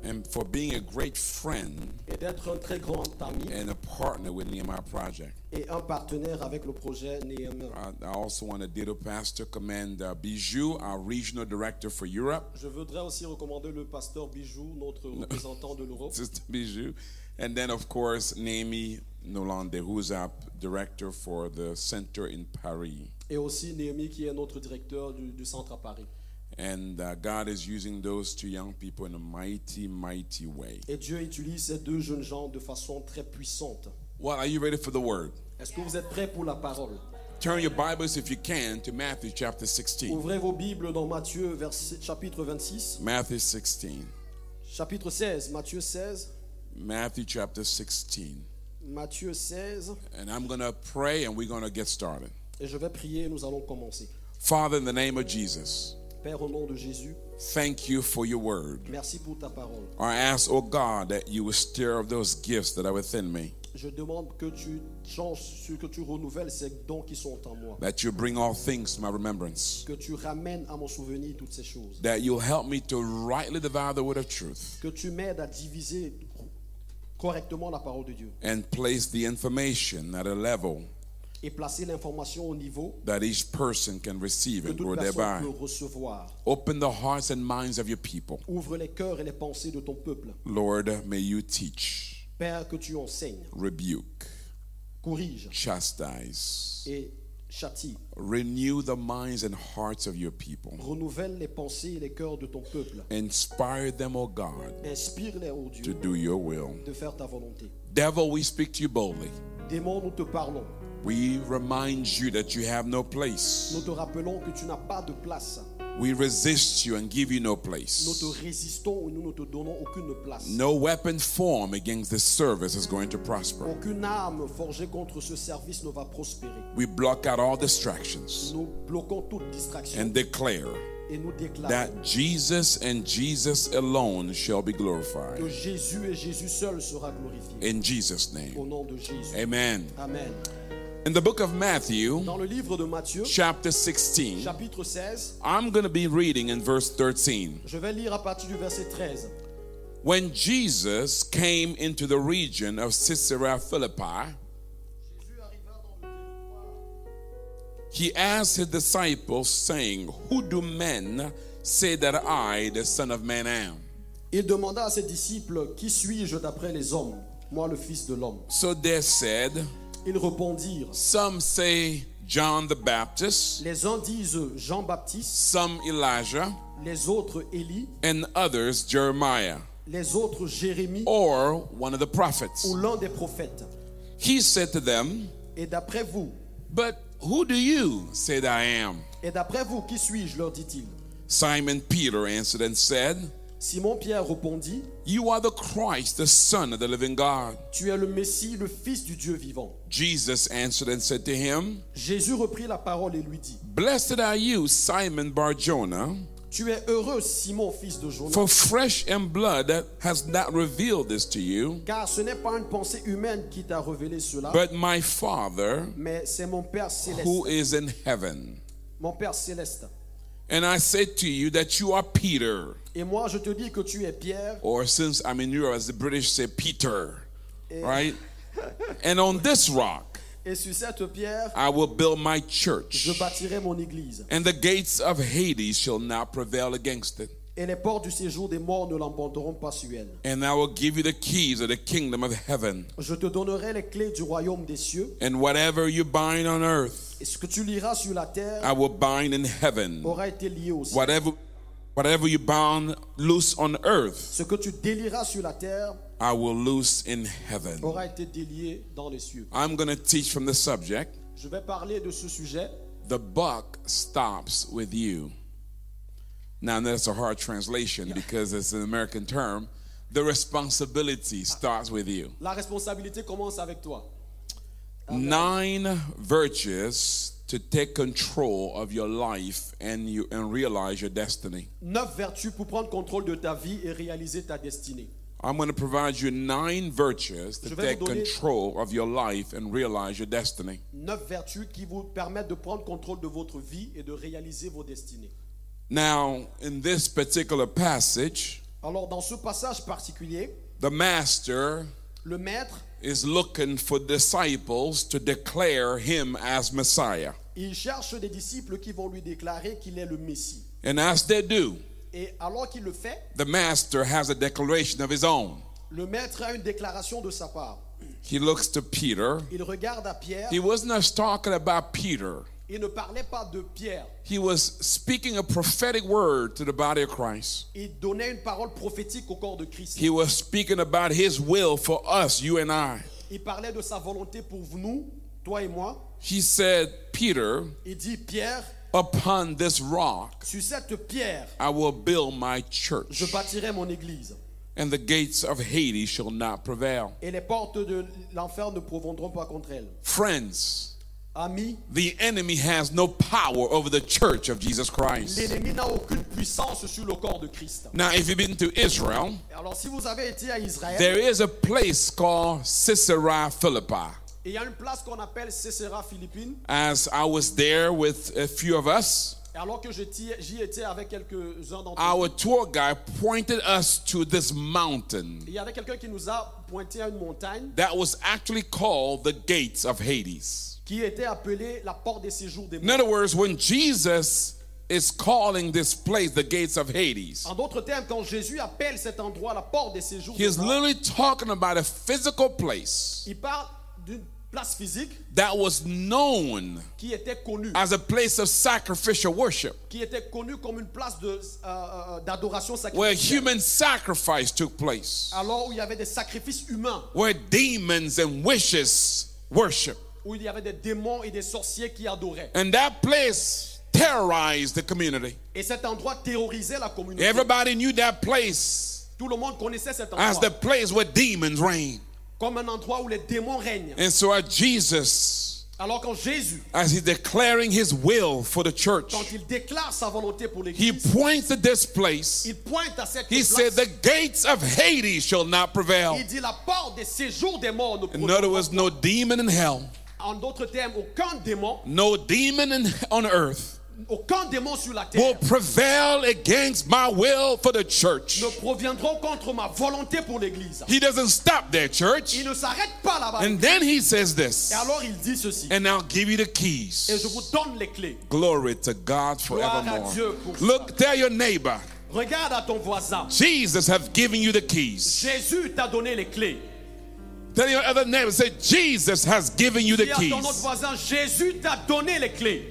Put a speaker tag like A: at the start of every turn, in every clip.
A: and for being a great friend
B: et d'être un très grand ami
A: and a partner with Nehemiah Project.
B: et un partenaire avec le projet Nehemiah.
A: I I also want to ditto Pastor Commander Bijou, our regional director for Europe,
B: Je voudrais aussi recommander le pasteur Bijou, notre représentant de l'Europe,
A: Sister Bijou, and then of course Naomi Nolande, who's our director for the center in Paris.
B: et aussi Néhémie qui est notre directeur du, du centre à Paris.
A: And uh, God is using those two young people in a mighty, mighty way.
B: Et Dieu utilise ces deux jeunes gens de façon très puissante.
A: Well, are you ready for the word?
B: Est-ce que vous êtes prêts pour la parole
A: Turn your Bibles, if you can, to Matthew chapter 16.
B: Ouvrez vos Bibles dans Matthieu verset- chapitre 26,
A: Matthew 16.
B: chapitre 16, Matthieu 16,
A: Matthew chapter 16.
B: Matthieu 16,
A: And I'm going to pray and we're going to get started.
B: et je vais prier et nous allons commencer.
A: Father, in the name of Jesus,
B: Père, au nom de Jésus,
A: thank you for your word.
B: merci pour ta parole.
A: I ask, oh God, that you would stir up those gifts that are within me,
B: Je demande que tu changes, ce que tu renouvelles ces dons qui sont en moi.
A: that you bring all things to my remembrance,
B: Que tu ramènes à mon souvenir toutes ces choses.
A: that you'll help me to rightly divide the word of truth
B: Que tu m'aides à diviser correctement la parole de Dieu
A: and place the information at a level
B: et placer l'information au niveau
A: that each person can receive
B: que
A: and
B: toute
A: grow
B: personne
A: thereby.
B: peut recevoir.
A: Open the hearts and minds of your people.
B: Ouvre les cœurs et les pensées de ton peuple.
A: Lord, may you teach,
B: Père, que tu enseignes,
A: rebuke,
B: corrige
A: chastise,
B: et châtie.
A: renew the minds and hearts of your people.
B: Renouvelle les pensées et les cœurs de ton peuple.
A: Inspire them, O God,
B: Inspire-les, ô
A: to
B: Dieu,
A: do your will.
B: de faire ta volonté.
A: Devil, we speak to you boldly.
B: Démon, nous te parlons.
A: We remind you that you have no
B: Nous
A: place.
B: te rappelons que tu n'as pas de place.
A: We resist you and give you no
B: Nous te
A: place.
B: résistons et nous ne te donnons aucune place.
A: No weapon formed against this service is going to prosper.
B: Aucune âme forgée contre ce service ne va prospérer.
A: We block out all distractions
B: Nous bloquons toute distraction
A: and declare
B: et nous déclarons
A: that Jesus and Jesus alone shall be glorified.
B: que Jésus et Jésus seul sera glorifié.
A: In Jesus'
B: Au
A: name.
B: nom de Jésus.
A: Amen.
B: Amen.
A: In the book of Matthew,
B: Dans le livre de Matthieu,
A: chapter 16,
B: chapitre 16,
A: I'm going to be reading in verse 13.
B: je vais lire à partir du verset 13.
A: When Jesus came into the region of Caesarea Philippi, he asked his disciples, saying, Who do men say that I, the Son of Man, am?
B: Il demanda à ses disciples, Qui suis-je d'après les hommes Moi le Fils de l'homme.
A: So they said,
B: Ils répondirent,
A: Some say John the Baptist,
B: Les uns disent Jean-Baptiste,
A: some Elijah,
B: les autres Élie,
A: and others Jeremiah,
B: les autres Jérémie
A: or one of the prophets.
B: ou l'un des prophètes.
A: He said to them,
B: Et d'après vous,
A: But who do you say that I am?
B: et d'après vous, qui suis-je leur dit-il.
A: Simon Peter answered and said,
B: Simon-Pierre répondit,
A: You are the Christ, the Son of the living God.
B: Tu es le Messie, le Fils du Dieu vivant.
A: Jesus answered and said to him,
B: Jésus reprit la parole et lui dit,
A: Blessed are you, Simon Barjona,
B: Tu es heureux, Simon, fils de Jonas,
A: for flesh and blood has not revealed this to you,
B: car ce n'est pas une pensée humaine qui t'a révélé cela,
A: but my Father
B: mais c'est mon Père
A: who
B: céleste.
A: is in heaven.
B: Mon Père céleste.
A: And I say to you that you are Peter,
B: Et moi, je te dis que tu es Pierre,
A: or since I'm in Europe, as the British say, Peter, right? and on this rock
B: et sur cette pierre,
A: I will build my
B: je
A: church,
B: bâtirai mon église.
A: and the gates of Hades shall not prevail against it.
B: Et les portes du séjour des morts ne l'emporteront pas sur elle.
A: And I will give you the keys of the kingdom of heaven.
B: Je te donnerai les clés du royaume des cieux.
A: And whatever you bind on earth,
B: Et ce que tu liras sur la terre
A: I will bind in heaven.
B: Oh. aura été lié au ciel.
A: Whatever Whatever you bound loose on earth,
B: Ce que tu délieras sur la terre
A: I will loose in heaven.
B: aura été délié dans les cieux.
A: I'm going to teach from the subject
B: Je vais parler de ce sujet.
A: The buck stops with you. Now, that's a hard translation because it's an American term. The responsibility starts with you.
B: La responsabilité commence avec toi.
A: Nine virtues to take control of your life and you and realize your destiny.
B: Neuf vertus pour prendre contrôle de ta vie et réaliser ta destinée.
A: I'm going to provide you nine virtues to
B: Je vais
A: take
B: vous donner-
A: control of your life and realize your destiny.
B: Neuf vertus qui vous permettent de prendre contrôle de votre vie et de réaliser vos destinées.
A: Now, in this particular passage,
B: Alors dans ce passage particulier,
A: the master
B: le maître,
A: is looking for disciples to declare him as Messiah.
B: il cherche des disciples qui vont lui déclarer qu'il est le Messie.
A: And as they do,
B: Et alors qu'il le fait,
A: the master has a declaration of his own.
B: le maître a une déclaration de sa part.
A: He looks to Peter.
B: Il regarde à Pierre.
A: He wasn't just talking about Peter,
B: Il ne parlait pas de Pierre.
A: he was speaking a prophetic word to the body of Christ.
B: Il donnait une parole prophétique au corps de Christ.
A: He was speaking about his will for us, you and I.
B: Il parlait de sa volonté pour nous, toi et moi.
A: He said, Peter,
B: Il dit, Pierre,
A: upon this rock
B: sur cette pierre,
A: I will build my
B: je
A: church,
B: bâtirai mon église.
A: and the gates of Hades shall not prevail.
B: Et les portes de l'enfer ne provendront pas contre elle.
A: Friends,
B: Amis,
A: The enemy has no power over the church of Jesus Christ.
B: l'ennemi n'a aucune puissance sur le corps de Christ.
A: Now, if you've been to Israel,
B: Alors si vous avez été à Israël,
A: there is a place called Sisera Philippi.
B: il y a une place qu'on appelle Cessera Philippine.
A: As I was there with a few of us,
B: Et alors que j'étais- j'y étais avec quelques-uns d'entre nous,
A: our tour guide pointed us to this mountain
B: il y avait quelqu'un qui nous a pointé à une montagne
A: that was actually called the gates of Hades.
B: qui était appelée la porte des séjours des
A: In
B: morts.
A: other words, when Jesus is calling this place the gates of Hades,
B: En d'autres termes, quand Jésus appelle cet endroit la porte des séjours
A: he
B: des
A: is
B: morts,
A: literally talking about a physical place
B: il parle d'une place physique
A: that was known
B: qui était connue,
A: as a place of sacrificial worship
B: qui était connue comme une place de, euh, euh, d'adoration
A: where
B: sacrificielle.
A: human sacrifice took place,
B: Alors où il y avait des sacrifices humains,
A: where demons and wishes worship.
B: où il y avait des démons et des sorciers qui adoraient.
A: And that place terrorized the community.
B: Et cet endroit terrorisait la communauté.
A: Everybody knew that place
B: Tout le monde connaissait cet
A: as the
B: endroit
A: place where demons reign.
B: comme un endroit où les démons règnent.
A: And so, as Jesus,
B: Alors quand Jésus,
A: as he's declaring his will for the church,
B: quand il déclare sa volonté pour
A: he
B: l'Église,
A: points to this place.
B: il pointe à cette
A: He
B: place.
A: said, The gates of Hades shall not prevail.
B: Il dit la porte des séjours des morts ne
A: In other
B: produira
A: words, no demon in hell,
B: En d'autres termes, aucun démon,
A: no demon in, on earth,
B: aucun démon sur la
A: will
B: terre
A: prevail against my will for the church.
B: ne proviendront contre ma volonté pour l'Église.
A: He doesn't stop there, church.
B: Il ne s'arrête pas là-bas.
A: And then he says
B: Et
A: this,
B: alors il dit ceci.
A: and I'll give you the
B: Et je vous
A: keys.
B: donne les clés.
A: Glory to God
B: Gloire à Dieu
A: forevermore.
B: pour
A: hein. Look, tell your neighbor,
B: Regarde à ton voisin.
A: Jesus have given you the keys.
B: Jésus t'a donné les clés.
A: Tell your other neighbor, say, Jesus has given you the
B: Dis à ton autre
A: keys.
B: voisin, Jésus t'a donné les clés.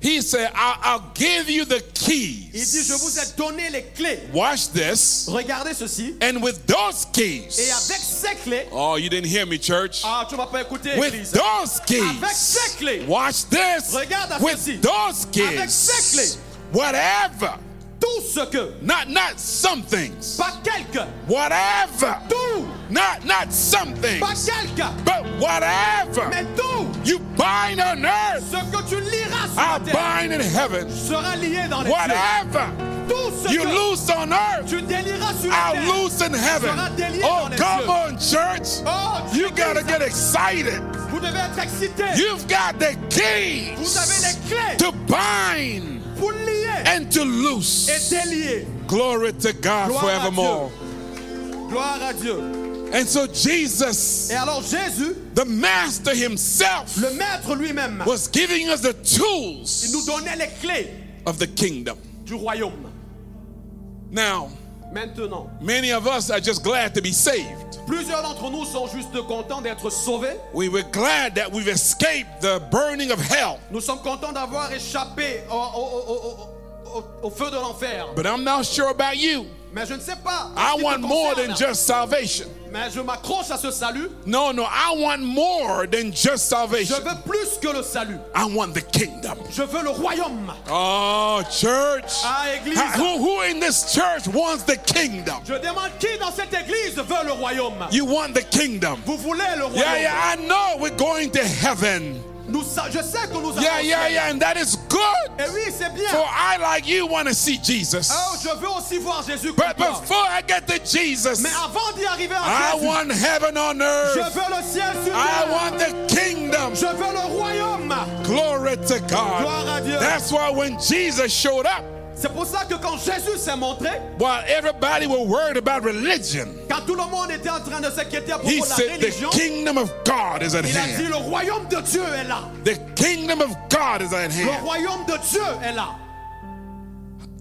A: He said, I'll, I'll give you the
B: Il dit, je vous ai
A: keys.
B: donné les clés.
A: Watch this.
B: Regardez ceci.
A: And with those
B: Et avec
A: keys,
B: ces clés,
A: oh, you didn't hear me, church.
B: ah, tu m'as pas écouté,
A: With
B: Église.
A: those
B: Avec
A: keys.
B: ces clés.
A: Watch this.
B: Regarde à
A: With
B: ceci.
A: those
B: Avec ces
A: keys.
B: clés.
A: Whatever.
B: Tout ce que,
A: Not not some things.
B: pas quelque,
A: Whatever.
B: tout,
A: Not not some
B: pas
A: things.
B: quelque,
A: But
B: mais
A: whatever
B: tout.
A: you bind on earth,
B: Ce que tu liras sur
A: I
B: la terre
A: bind in heaven.
B: sera lié dans les cieux.
A: Whatever
B: Tout ce
A: you
B: que
A: loose on earth,
B: tu délieras sur la
A: I'll
B: terre.
A: loose in heaven.
B: Sera délié
A: Oh,
B: dans les
A: come
B: cieux.
A: on, church.
B: Oh,
A: You gotta get excited.
B: vous devez être excité.
A: You've got the
B: Vous
A: keys
B: avez les clés
A: to bind.
B: pour lier
A: and to
B: et
A: loose.
B: délier.
A: Glory to God
B: Gloire à
A: forevermore.
B: Gloire à Dieu.
A: And so Jesus,
B: Et alors Jésus,
A: the Master Himself,
B: le Maître lui-même,
A: was giving us the
B: il nous
A: tools
B: donnait les clés
A: of the kingdom.
B: du royaume.
A: Now,
B: Maintenant,
A: many of us are just glad to be saved.
B: plusieurs d'entre nous sont juste contents d'être sauvés.
A: We were glad that we've escaped the burning of hell.
B: Nous sommes contents d'avoir échappé au, au- au- au- au, au feu de l'enfer.
A: But I'm not sure about you.
B: Mais je ne sais pas. en
A: I
B: ce qui te
A: want more
B: concerne,
A: than just salvation.
B: Mais je m'accroche à ce salut.
A: No, no, I want more than just
B: Je
A: salvation.
B: veux plus que le salut.
A: I want the kingdom.
B: Je veux le royaume.
A: Oh, church.
B: Ah, église.
A: Ha- Who, who in this church wants the kingdom?
B: Je demande qui dans cette église veut le royaume.
A: You want the kingdom.
B: Vous voulez le royaume.
A: Yeah, yeah, I know we're going to heaven.
B: Nous sa- je sais que nous allons.
A: Yeah, yeah, yeah, and that is good.
B: Et oui, c'est bien.
A: For I, like you, want to see Jesus.
B: Oh, je veux aussi voir Jésus comme
A: But
B: toi.
A: before I get to Jesus,
B: Mais avant d'y arriver à
A: I
B: Jésus,
A: want heaven on
B: je
A: earth.
B: veux le ciel sur
A: I
B: terre.
A: want the kingdom.
B: Je veux le royaume.
A: Glory to God.
B: Gloire à Dieu.
A: That's why when Jesus showed up,
B: C'est pour ça que quand Jésus s'est montré,
A: while everybody were worried about religion,
B: quand tout le monde était en train de s'inquiéter à propos
A: he
B: de la
A: said, The
B: religion,
A: kingdom of God is at
B: il a dit
A: hand.
B: le royaume de Dieu est là.
A: The kingdom of God is at
B: Le
A: hand.
B: royaume de Dieu est là.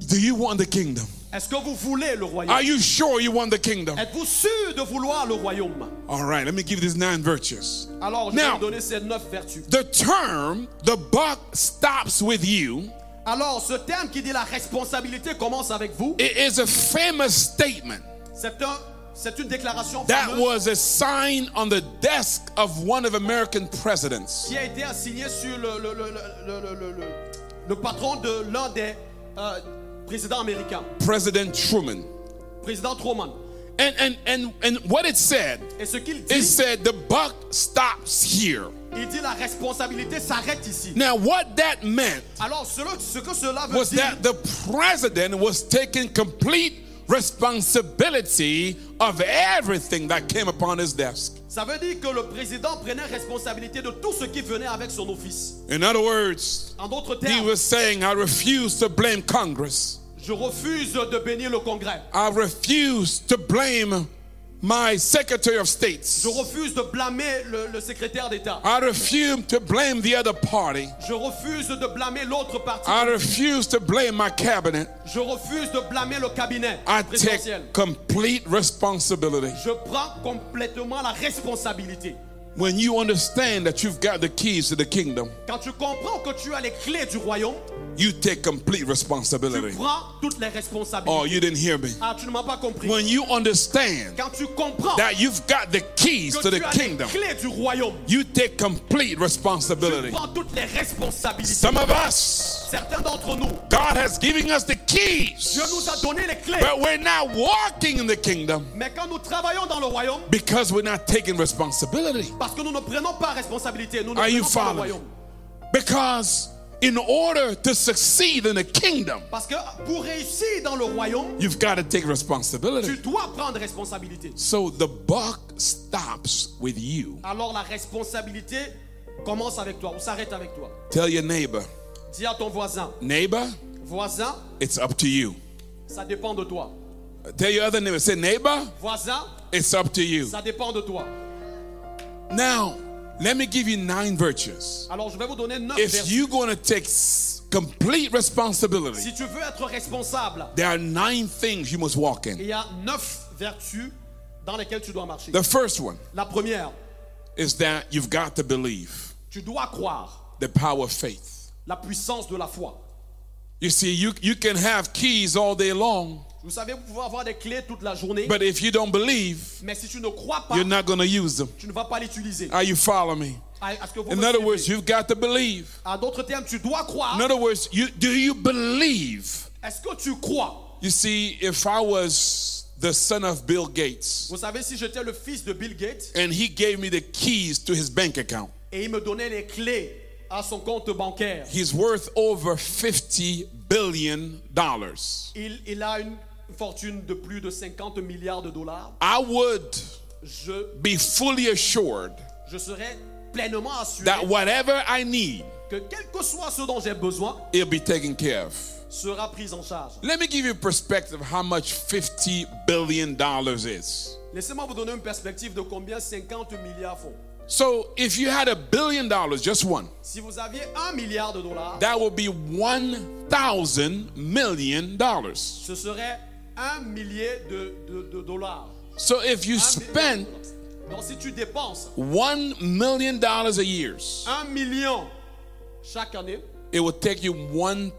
A: Do you want the kingdom?
B: Est-ce que vous voulez le royaume
A: Are you sure you want the kingdom?
B: Êtes-vous sûr de vouloir le royaume
A: All right, let me give you these nine virtues.
B: Alors, je vais
A: Now.
B: vous donner ces neuf vertus.
A: The term, the buck stops with you,
B: Alors, ce terme qui dit la responsabilité commence avec vous.
A: it is a famous statement
B: C'est un, c'est une déclaration
A: that
B: fameuse
A: was a sign on the desk of one of American presidents.
B: qui a été assignée sur le, le, le, le, le, le- le- le patron de l'un des euh, présidents américains,
A: President Truman.
B: président Truman.
A: And and and and what it said,
B: Et ce qu'il dit,
A: it said the buck stops here.
B: il dit la responsabilité s'arrête ici.
A: Now what that meant
B: Alors, cela- ce que cela veut
A: was
B: dire,
A: that the president was taking complete responsibility of everything that came upon his desk.
B: ça veut dire que le président prenait responsabilité de tout ce qui venait avec son office.
A: In other words,
B: En d'autres
A: he
B: termes,
A: was saying, I refuse to blame Congress.
B: je refuse de bénir le Congrès.
A: I refuse to blame my Secretary of States.
B: Je refuse de blâmer le, le secrétaire d'État.
A: I refuse to blame the other party.
B: Je refuse de blâmer l'autre parti.
A: I refuse to blame my cabinet.
B: Je refuse de blâmer le cabinet
A: I
B: présidentiel.
A: take complete responsibility.
B: Je prends complètement la responsabilité.
A: When you understand that you've got the keys to the kingdom,
B: Quand tu comprends que tu as les clés du royaume,
A: you take complete
B: tu
A: responsibility.
B: prends toutes les
A: Oh,
B: responsabilités.
A: you didn't hear me.
B: Ah, tu ne m'as pas compris.
A: When you understand
B: Quand tu comprends
A: that you've got the keys
B: que
A: to the
B: tu as les
A: kingdom,
B: clés du royaume,
A: you take complete
B: tu
A: responsibility.
B: prends toutes les responsabilités.
A: Some of us,
B: Certains d'entre nous,
A: God has given us the
B: Dieu nous
A: keys,
B: a donné les clés.
A: but we're not walking in the kingdom
B: Mais quand nous travaillons dans le royaume,
A: because we're not taking responsibility.
B: parce que nous ne prenons pas responsabilité, nous ne
A: Are you
B: prenons pas le
A: following?
B: royaume.
A: Because in order to succeed in the kingdom,
B: Parce que pour réussir dans le royaume,
A: you've got to take responsibility.
B: tu dois prendre responsabilité.
A: So the buck stops with you.
B: Alors la responsabilité commence avec toi ou s'arrête avec toi.
A: Tell your neighbor,
B: Dis à ton voisin,
A: neighbor,
B: voisin,
A: it's up to you.
B: ça dépend de toi.
A: Tell your other neighbor, say, neighbor,
B: Voisin,
A: it's up to you.
B: ça dépend de toi.
A: Now, let me give you nine virtues.
B: Alors je vais vous donner neuf
A: If
B: vertus.
A: you're going to take s- complete responsibility,
B: Si tu veux être responsable,
A: there are nine things you must walk
B: il
A: in.
B: y a neuf vertus dans lesquelles tu dois marcher.
A: The first one
B: La première,
A: is that you've got to believe
B: tu dois croire
A: the power of faith.
B: la puissance de la foi.
A: You see, you, you can have keys all day long,
B: Vous savez, vous pouvez avoir des clés toute la journée,
A: but if you don't believe,
B: mais si tu ne crois pas,
A: you're not going to use them.
B: tu ne vas pas l'utiliser.
A: Are you following me?
B: À- à ce que vous
A: In
B: me
A: other
B: suivez.
A: words, you've got to believe.
B: En d'autres termes, tu dois croire.
A: In other words, you do you believe?
B: Est-ce que tu crois
A: You see, if I was the son of Bill Gates
B: Vous savez, si j'étais le fils de Bill Gates
A: and he gave me the keys to his bank account,
B: et il me donnait les clés à son compte bancaire,
A: he's worth over 50 billion dollars.
B: il, il a une fortune de plus de 50 milliards de dollars,
A: I would
B: je,
A: be fully assured
B: je serais pleinement assuré
A: that whatever I need,
B: que quel que soit ce dont j'ai besoin,
A: it'll be taken care of.
B: sera pris en charge.
A: Let me give you a perspective of how much 50 billion dollars is.
B: Laissez-moi vous donner une perspective de combien 50 milliards font.
A: So, if you had a billion dollars, just one,
B: Si vous aviez 1 milliard de dollars,
A: That would be 1,000 million dollars.
B: ce serait 1 millier de, de- de dollars.
A: So if you
B: Un millier de
A: spend
B: dollars. Donc si tu dépenses
A: 1 million dollars a year,
B: 1 million chaque année,
A: It will take you 1,000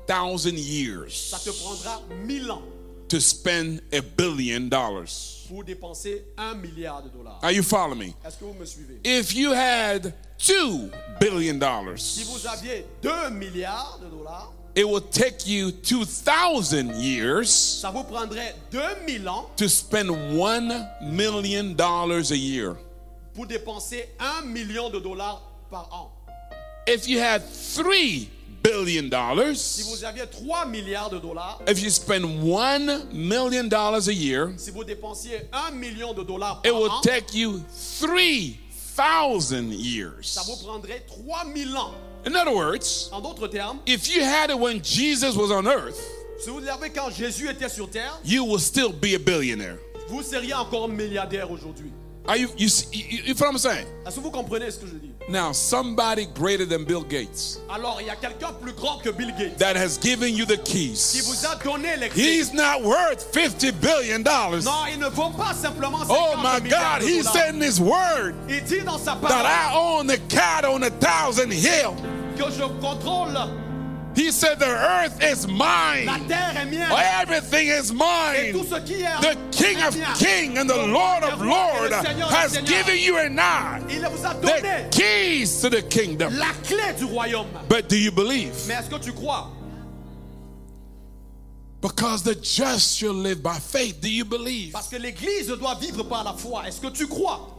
A: years
B: ça te prendra 1000 ans
A: to spend a billion dollars.
B: pour dépenser un milliard de dollars.
A: Are you following me?
B: Est-ce que vous me suivez
A: If you had $2 billion,
B: Si vous aviez 2 milliards de dollars,
A: it will take you 2,000 years
B: ça vous prendrait 2000 ans
A: to spend $1 million a year.
B: pour dépenser 1 million de dollars par an.
A: If you had $3 billion,
B: Si vous aviez 3 milliards de dollars,
A: if you spend $1 million a year,
B: si vous dépensiez 1 million de dollars
A: it
B: par
A: will
B: an,
A: take you 3,000
B: ça vous
A: years.
B: prendrait 3000 ans.
A: In other words,
B: En d'autres termes,
A: if you had it when Jesus was on earth,
B: si vous l'avez quand Jésus était sur terre,
A: you will still be a billionaire.
B: vous seriez encore milliardaire aujourd'hui.
A: Are you, you, see- you, you feel what I'm saying?
B: Est-ce que vous comprenez ce que je dis
A: Now, somebody greater than Bill Gates
B: Alors, il y a quelqu'un plus grand que Bill Gates
A: that has given you the
B: qui
A: keys.
B: vous a donné les clés.
A: He's not worth $50 billion. Oh
B: Non, il ne vaut pas simplement 50
A: my
B: milliards
A: God,
B: de
A: he
B: dollars.
A: said in his word
B: Il dit dans sa
A: that
B: parole
A: I own the cattle on a thousand hill.
B: que je contrôle
A: He said the earth is
B: la
A: mine.
B: terre est mienne
A: Everything is
B: et tout
A: mine.
B: ce qui est
A: The King of
B: est mien.
A: King and the Lord of Lord has given you and I
B: Il vous a donné
A: the keys to the kingdom.
B: la clé du royaume.
A: But do you believe?
B: Mais est-ce que tu crois
A: Because the just shall live by faith. Do you believe?
B: Parce que l'Église doit vivre par la foi. Est-ce que tu crois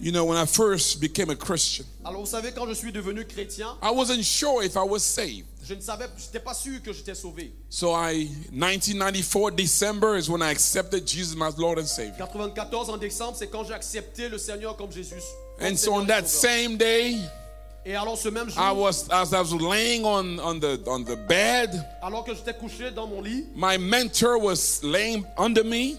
A: You know, when I first became a Christian,
B: Alors vous savez, quand je suis devenu chrétien,
A: I wasn't sure if I was saved.
B: je ne savais, je n'étais pas sûr que j'étais sauvé.
A: So I 1994 December is when I accepted Jesus my Lord and Savior.
B: 94 en décembre, c'est quand j'ai accepté le Seigneur comme Jésus. comme
A: And so
B: Seigneur
A: on
B: et
A: that
B: Sauveur.
A: same day,
B: Et alors ce même
A: I
B: jour,
A: was as I was laying on, on the on the bed,
B: alors que j'étais couché dans mon lit,
A: my mentor was laying under me,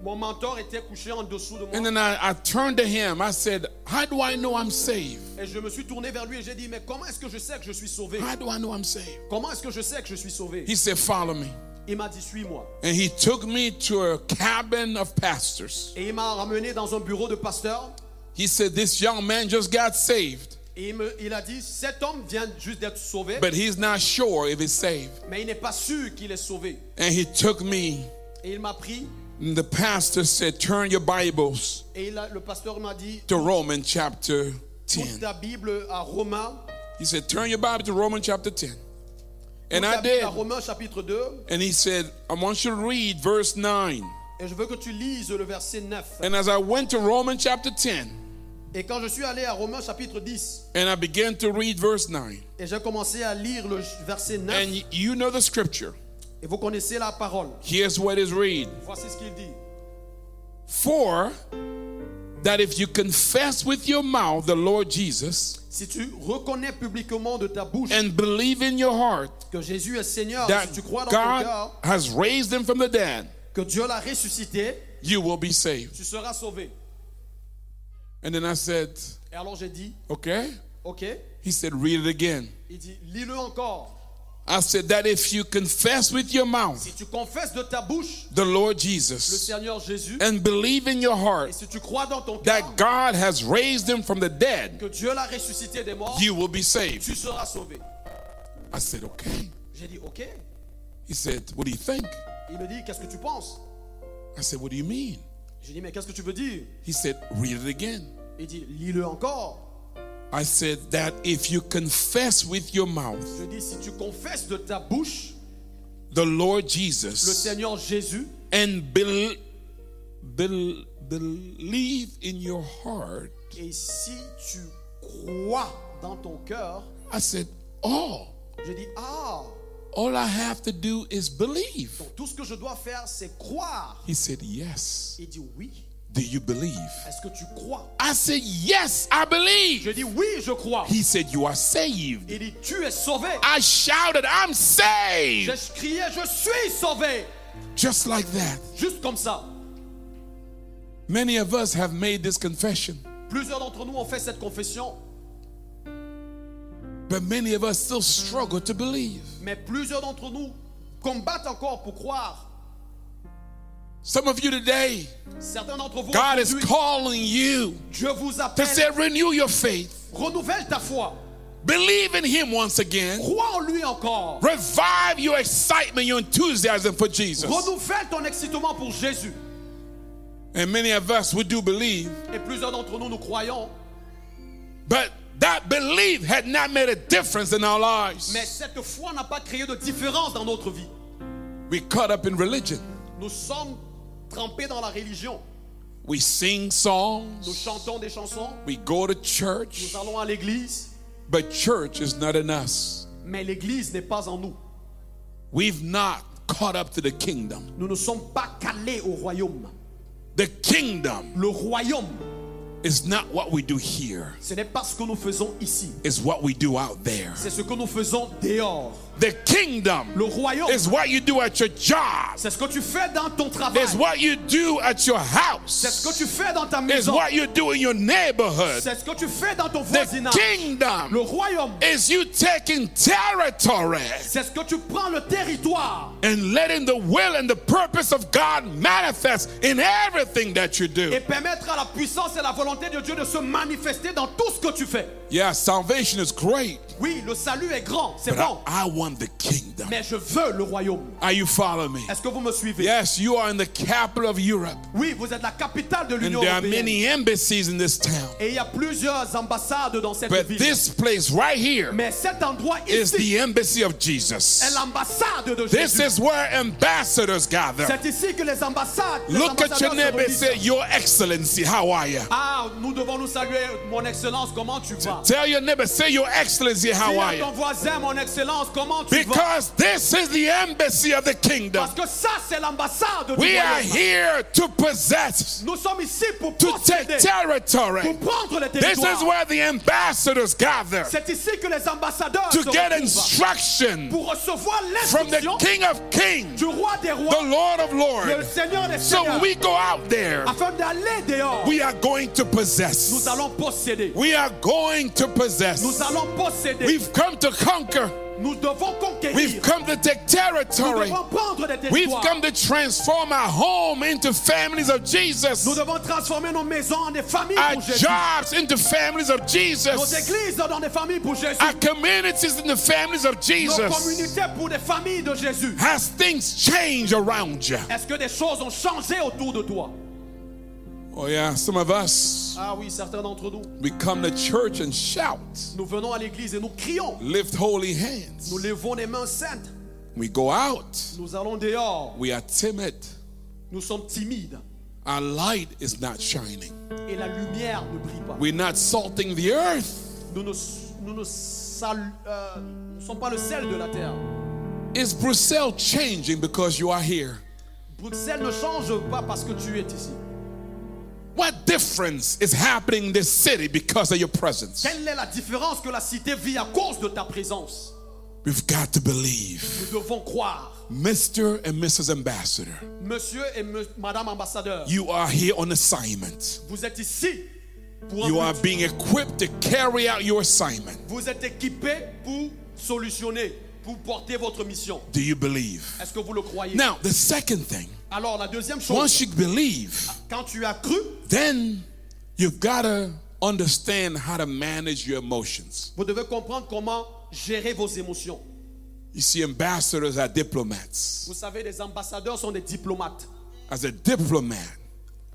B: mon mentor était couché en dessous de moi.
A: and then I, I turned to him. I said, How do I know I'm saved?
B: Et je me suis tourné vers lui et j'ai dit, mais comment est-ce que je sais que je suis sauvé
A: How do I know I'm saved?
B: Comment est-ce que je sais que je suis sauvé
A: He said, Follow me.
B: Il m'a dit, suis-moi.
A: And he took me to a cabin of pastors.
B: Et il m'a ramené dans un bureau de pasteur.
A: He said, This young man just got saved,
B: Et il, me- il a dit, cet homme vient juste d'être sauvé,
A: but he's not sure if he's saved.
B: mais il n'est pas sûr qu'il est sauvé.
A: And he took me.
B: Et il m'a pris,
A: And the pastor said, Turn your Bibles
B: et il a- le pasteur m'a dit,
A: to Romans chapter
B: toute
A: 10.
B: ta Bible à Romains,
A: He said, Turn your Bible to Romans chapter 10.
B: toute
A: And
B: ta
A: I
B: Bible
A: did.
B: à Romains chapitre 2,
A: And he said, I want you to read verse 9.
B: et je veux que tu lises le verset 9.
A: And as I went to Romans chapter 10,
B: Et quand je suis allé à Romains chapitre 10,
A: and I began to read verse 9,
B: et j'ai commencé à lire le verset 9,
A: and you know the scripture.
B: et vous connaissez la parole.
A: Here's what is read.
B: Voici ce qu'il dit.
A: For that if you confess with your mouth the Lord Jesus
B: Si tu reconnais publiquement de ta bouche
A: and believe in your heart
B: que Jésus est Seigneur, si
A: that
B: tu crois dans ton
A: God
B: cœur
A: has raised him from the dead,
B: que Dieu l'a ressuscité,
A: you will be saved.
B: tu seras sauvé.
A: And then I said,
B: Et alors j'ai dit,
A: Okay.
B: ok,
A: He said, Read it again.
B: il dit, lis-le encore.
A: I said, That if you confess with your mouth
B: Si tu confesses de ta bouche
A: the Lord
B: le
A: Jesus
B: Seigneur Jésus,
A: and believe in your
B: et
A: heart
B: si tu crois dans ton cœur
A: that God has raised him from the dead,
B: que Dieu l'a ressuscité des morts,
A: you will be saved.
B: tu seras sauvé.
A: I said, Okay.
B: J'ai dit, ok.
A: He said, What do you think?
B: Il me dit, qu'est-ce que tu penses
A: I said, What do you mean?
B: J'ai dit, mais qu'est-ce que tu veux dire
A: He said, Read it again.
B: Il dit, lis-le encore.
A: I said that if you confess with your mouth
B: Je dis, si tu confesses de ta bouche
A: the Lord
B: le
A: Jesus
B: Seigneur Jésus
A: and bel- bel- believe in your heart,
B: Et si tu crois dans ton cœur,
A: I said, all,
B: je dis ah,
A: all I have to do is believe.
B: donc tout ce que je dois faire c'est croire.
A: He said, yes.
B: Il dit oui.
A: Do you believe?
B: Est-ce que tu crois
A: I said, yes, I believe.
B: Je dis oui, je crois.
A: He said, you are saved.
B: Il dit tu es sauvé.
A: I shouted, I'm
B: J'ai
A: saved.
B: crié je suis sauvé.
A: Just like that.
B: Juste comme ça.
A: Many of us have made this confession,
B: Plusieurs d'entre nous ont fait cette confession,
A: but many of us still struggle to believe.
B: mais plusieurs d'entre nous combattent encore pour croire.
A: Some of you today,
B: Certains d'entre vous,
A: God is
B: aujourd'hui,
A: calling you
B: Dieu vous
A: to say,
B: appelle,
A: renew your faith.
B: renouvelle ta foi.
A: Believe in Him once again.
B: Crois en lui encore.
A: Revive your excitement, your enthusiasm for Jesus.
B: Renouvelle ton excitement pour Jésus.
A: And many of us, we do believe,
B: Et plusieurs d'entre nous, nous croyons,
A: but that belief had not made a difference in our
B: mais
A: lives.
B: cette foi n'a pas créé de différence dans notre vie.
A: We caught up in religion.
B: Nous sommes trempés dans la religion.
A: We sing
B: Nous
A: songs.
B: chantons des chansons,
A: We go to church.
B: nous allons à l'église,
A: But church is not in us.
B: mais l'église n'est pas en nous.
A: We've not caught up to the kingdom.
B: Nous ne sommes pas calés au royaume.
A: The kingdom
B: Le royaume,
A: is not what we do here,
B: ce n'est pas ce que nous faisons ici,
A: it's what we do out there.
B: c'est ce que nous faisons dehors.
A: The
B: Le
A: kingdom
B: royaume,
A: is what you do at your job,
B: c'est ce que tu fais dans ton travail,
A: is what you do at your
B: c'est ce que
A: house,
B: tu fais dans ta
A: is
B: maison,
A: what you do in your neighborhood.
B: c'est ce que tu fais dans ton
A: The
B: voisinage. Le
A: kingdom
B: royaume,
A: is you taking territory
B: c'est ce que tu prends le territoire
A: and letting the will and the purpose of God manifest in everything that you do.
B: et permettre à la puissance et la volonté de Dieu de se manifester dans tout ce que tu fais.
A: Yeah, salvation is great,
B: Oui, le salut est grand, c'est
A: but I,
B: bon,
A: I want the kingdom.
B: mais je veux le royaume.
A: Are you following me?
B: Est-ce que vous me suivez
A: Yes, you are in the capital of Europe,
B: Oui, vous êtes la capitale de
A: and
B: l'Union
A: there are
B: européenne.
A: many embassies in this town.
B: Et il y a plusieurs ambassades dans cette
A: But
B: ville.
A: this place right here
B: Mais cet endroit
A: is
B: ici
A: the embassy of
B: est
A: Jesus.
B: l'ambassade de
A: This
B: Jésus.
A: is where ambassadors gather.
B: C'est ici que les ambassades. les
A: Look at your
B: ambassadeurs se
A: neighbor and
B: réunissent.
A: say, Your Excellency, how are you?
B: Ah, nous devons nous saluer, mon excellence, comment tu vas
A: Tell your neighbor, say, Your Excellency, how
B: Dis
A: are
B: à
A: you?
B: ton voisin, mon excellence, comment tu vas
A: Because this is the embassy of the kingdom.
B: Parce que ça, c'est l'ambassade du
A: We are
B: royaume.
A: here to possess,
B: Nous sommes ici pour
A: to take
B: posséder,
A: territory.
B: pour prendre le
A: This is
B: territoire.
A: where the ambassadors gather
B: C'est ici que les ambassadeurs
A: to
B: se
A: get
B: retrouvent
A: instruction
B: pour recevoir
A: from the
B: l'instruction
A: King of Kings,
B: du roi des
A: the
B: rois,
A: Lord of
B: le
A: Lords.
B: Seigneur des
A: So
B: seigneurs.
A: when we go out there,
B: Afin d'aller dehors,
A: we are going to possess.
B: nous allons posséder.
A: We are going to
B: Nous
A: possess.
B: allons posséder.
A: We've come to conquer.
B: nous devons conquérir.
A: We've come to take
B: nous
A: territory.
B: devons prendre des
A: We've
B: territoires.
A: come to transform our home into families of
B: nous
A: Jesus,
B: devons transformer nos maisons en des familles
A: our
B: pour Jésus.
A: jobs into families of
B: Nos
A: Jesus,
B: églises dans des familles pour Jésus.
A: our communities into families of
B: nos
A: Jesus.
B: communautés pour des familles de Jésus.
A: Has things changed around you?
B: Est-ce que des choses ont changé autour de toi
A: Oh, yeah, some of us,
B: Ah oui, certains d'entre nous.
A: we come to church and shout,
B: Nous venons à l'église et nous crions.
A: lift holy hands.
B: Nous levons les mains saintes.
A: We go out,
B: Nous allons dehors.
A: we are timid.
B: Nous sommes timides.
A: Our light is not shining.
B: Et la lumière ne brille pas.
A: We're not salting the earth.
B: Nous ne, nous ne salu- euh, nous ne sommes pas le sel de la terre.
A: Is Brussels changing because you are here?
B: Bruxelles ne change pas parce que tu es ici.
A: What difference is happening in this city because of your presence?
B: Quelle est la différence que la cité vit à cause de ta présence
A: We've got to believe.
B: Nous devons croire.
A: Mr. and Mrs. Ambassador,
B: Monsieur et me- Madame ambassadeur,
A: you are here on assignment.
B: vous êtes ici pour un
A: You are
B: but.
A: being equipped to carry out your assignment.
B: Vous êtes équipés pour solutionner, pour porter votre mission.
A: Do you believe?
B: Est-ce que vous le croyez
A: Now, the second thing,
B: Alors la deuxième chose,
A: once you believe,
B: quand tu as cru,
A: then you've got to understand how to manage your emotions.
B: vous devez comprendre comment gérer vos émotions.
A: You see, ambassadors are diplomats.
B: Vous savez, les ambassadeurs sont des diplomates.
A: As a diplomat,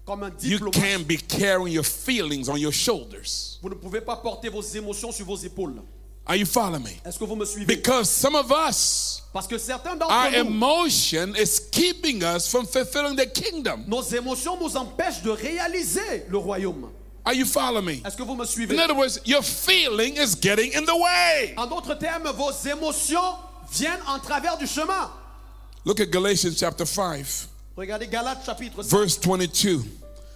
B: Comme un
A: you
B: diplomate,
A: can't be carrying your feelings on your shoulders.
B: vous ne pouvez pas porter vos émotions sur vos épaules.
A: Are you following me?
B: Est-ce que vous me suivez
A: Because some of us,
B: Parce que certains
A: our
B: d'entre nous,
A: emotion is keeping us from fulfilling the kingdom.
B: nos émotions nous empêchent de réaliser le royaume.
A: Are you following me?
B: Est-ce que vous me
A: In
B: suivez
A: other words, your feeling is getting in the way.
B: En d'autres termes, vos émotions viennent en travers du chemin.
A: Look at Galatians chapter 5,
B: Regardez Galates chapitre 5,
A: verse 22.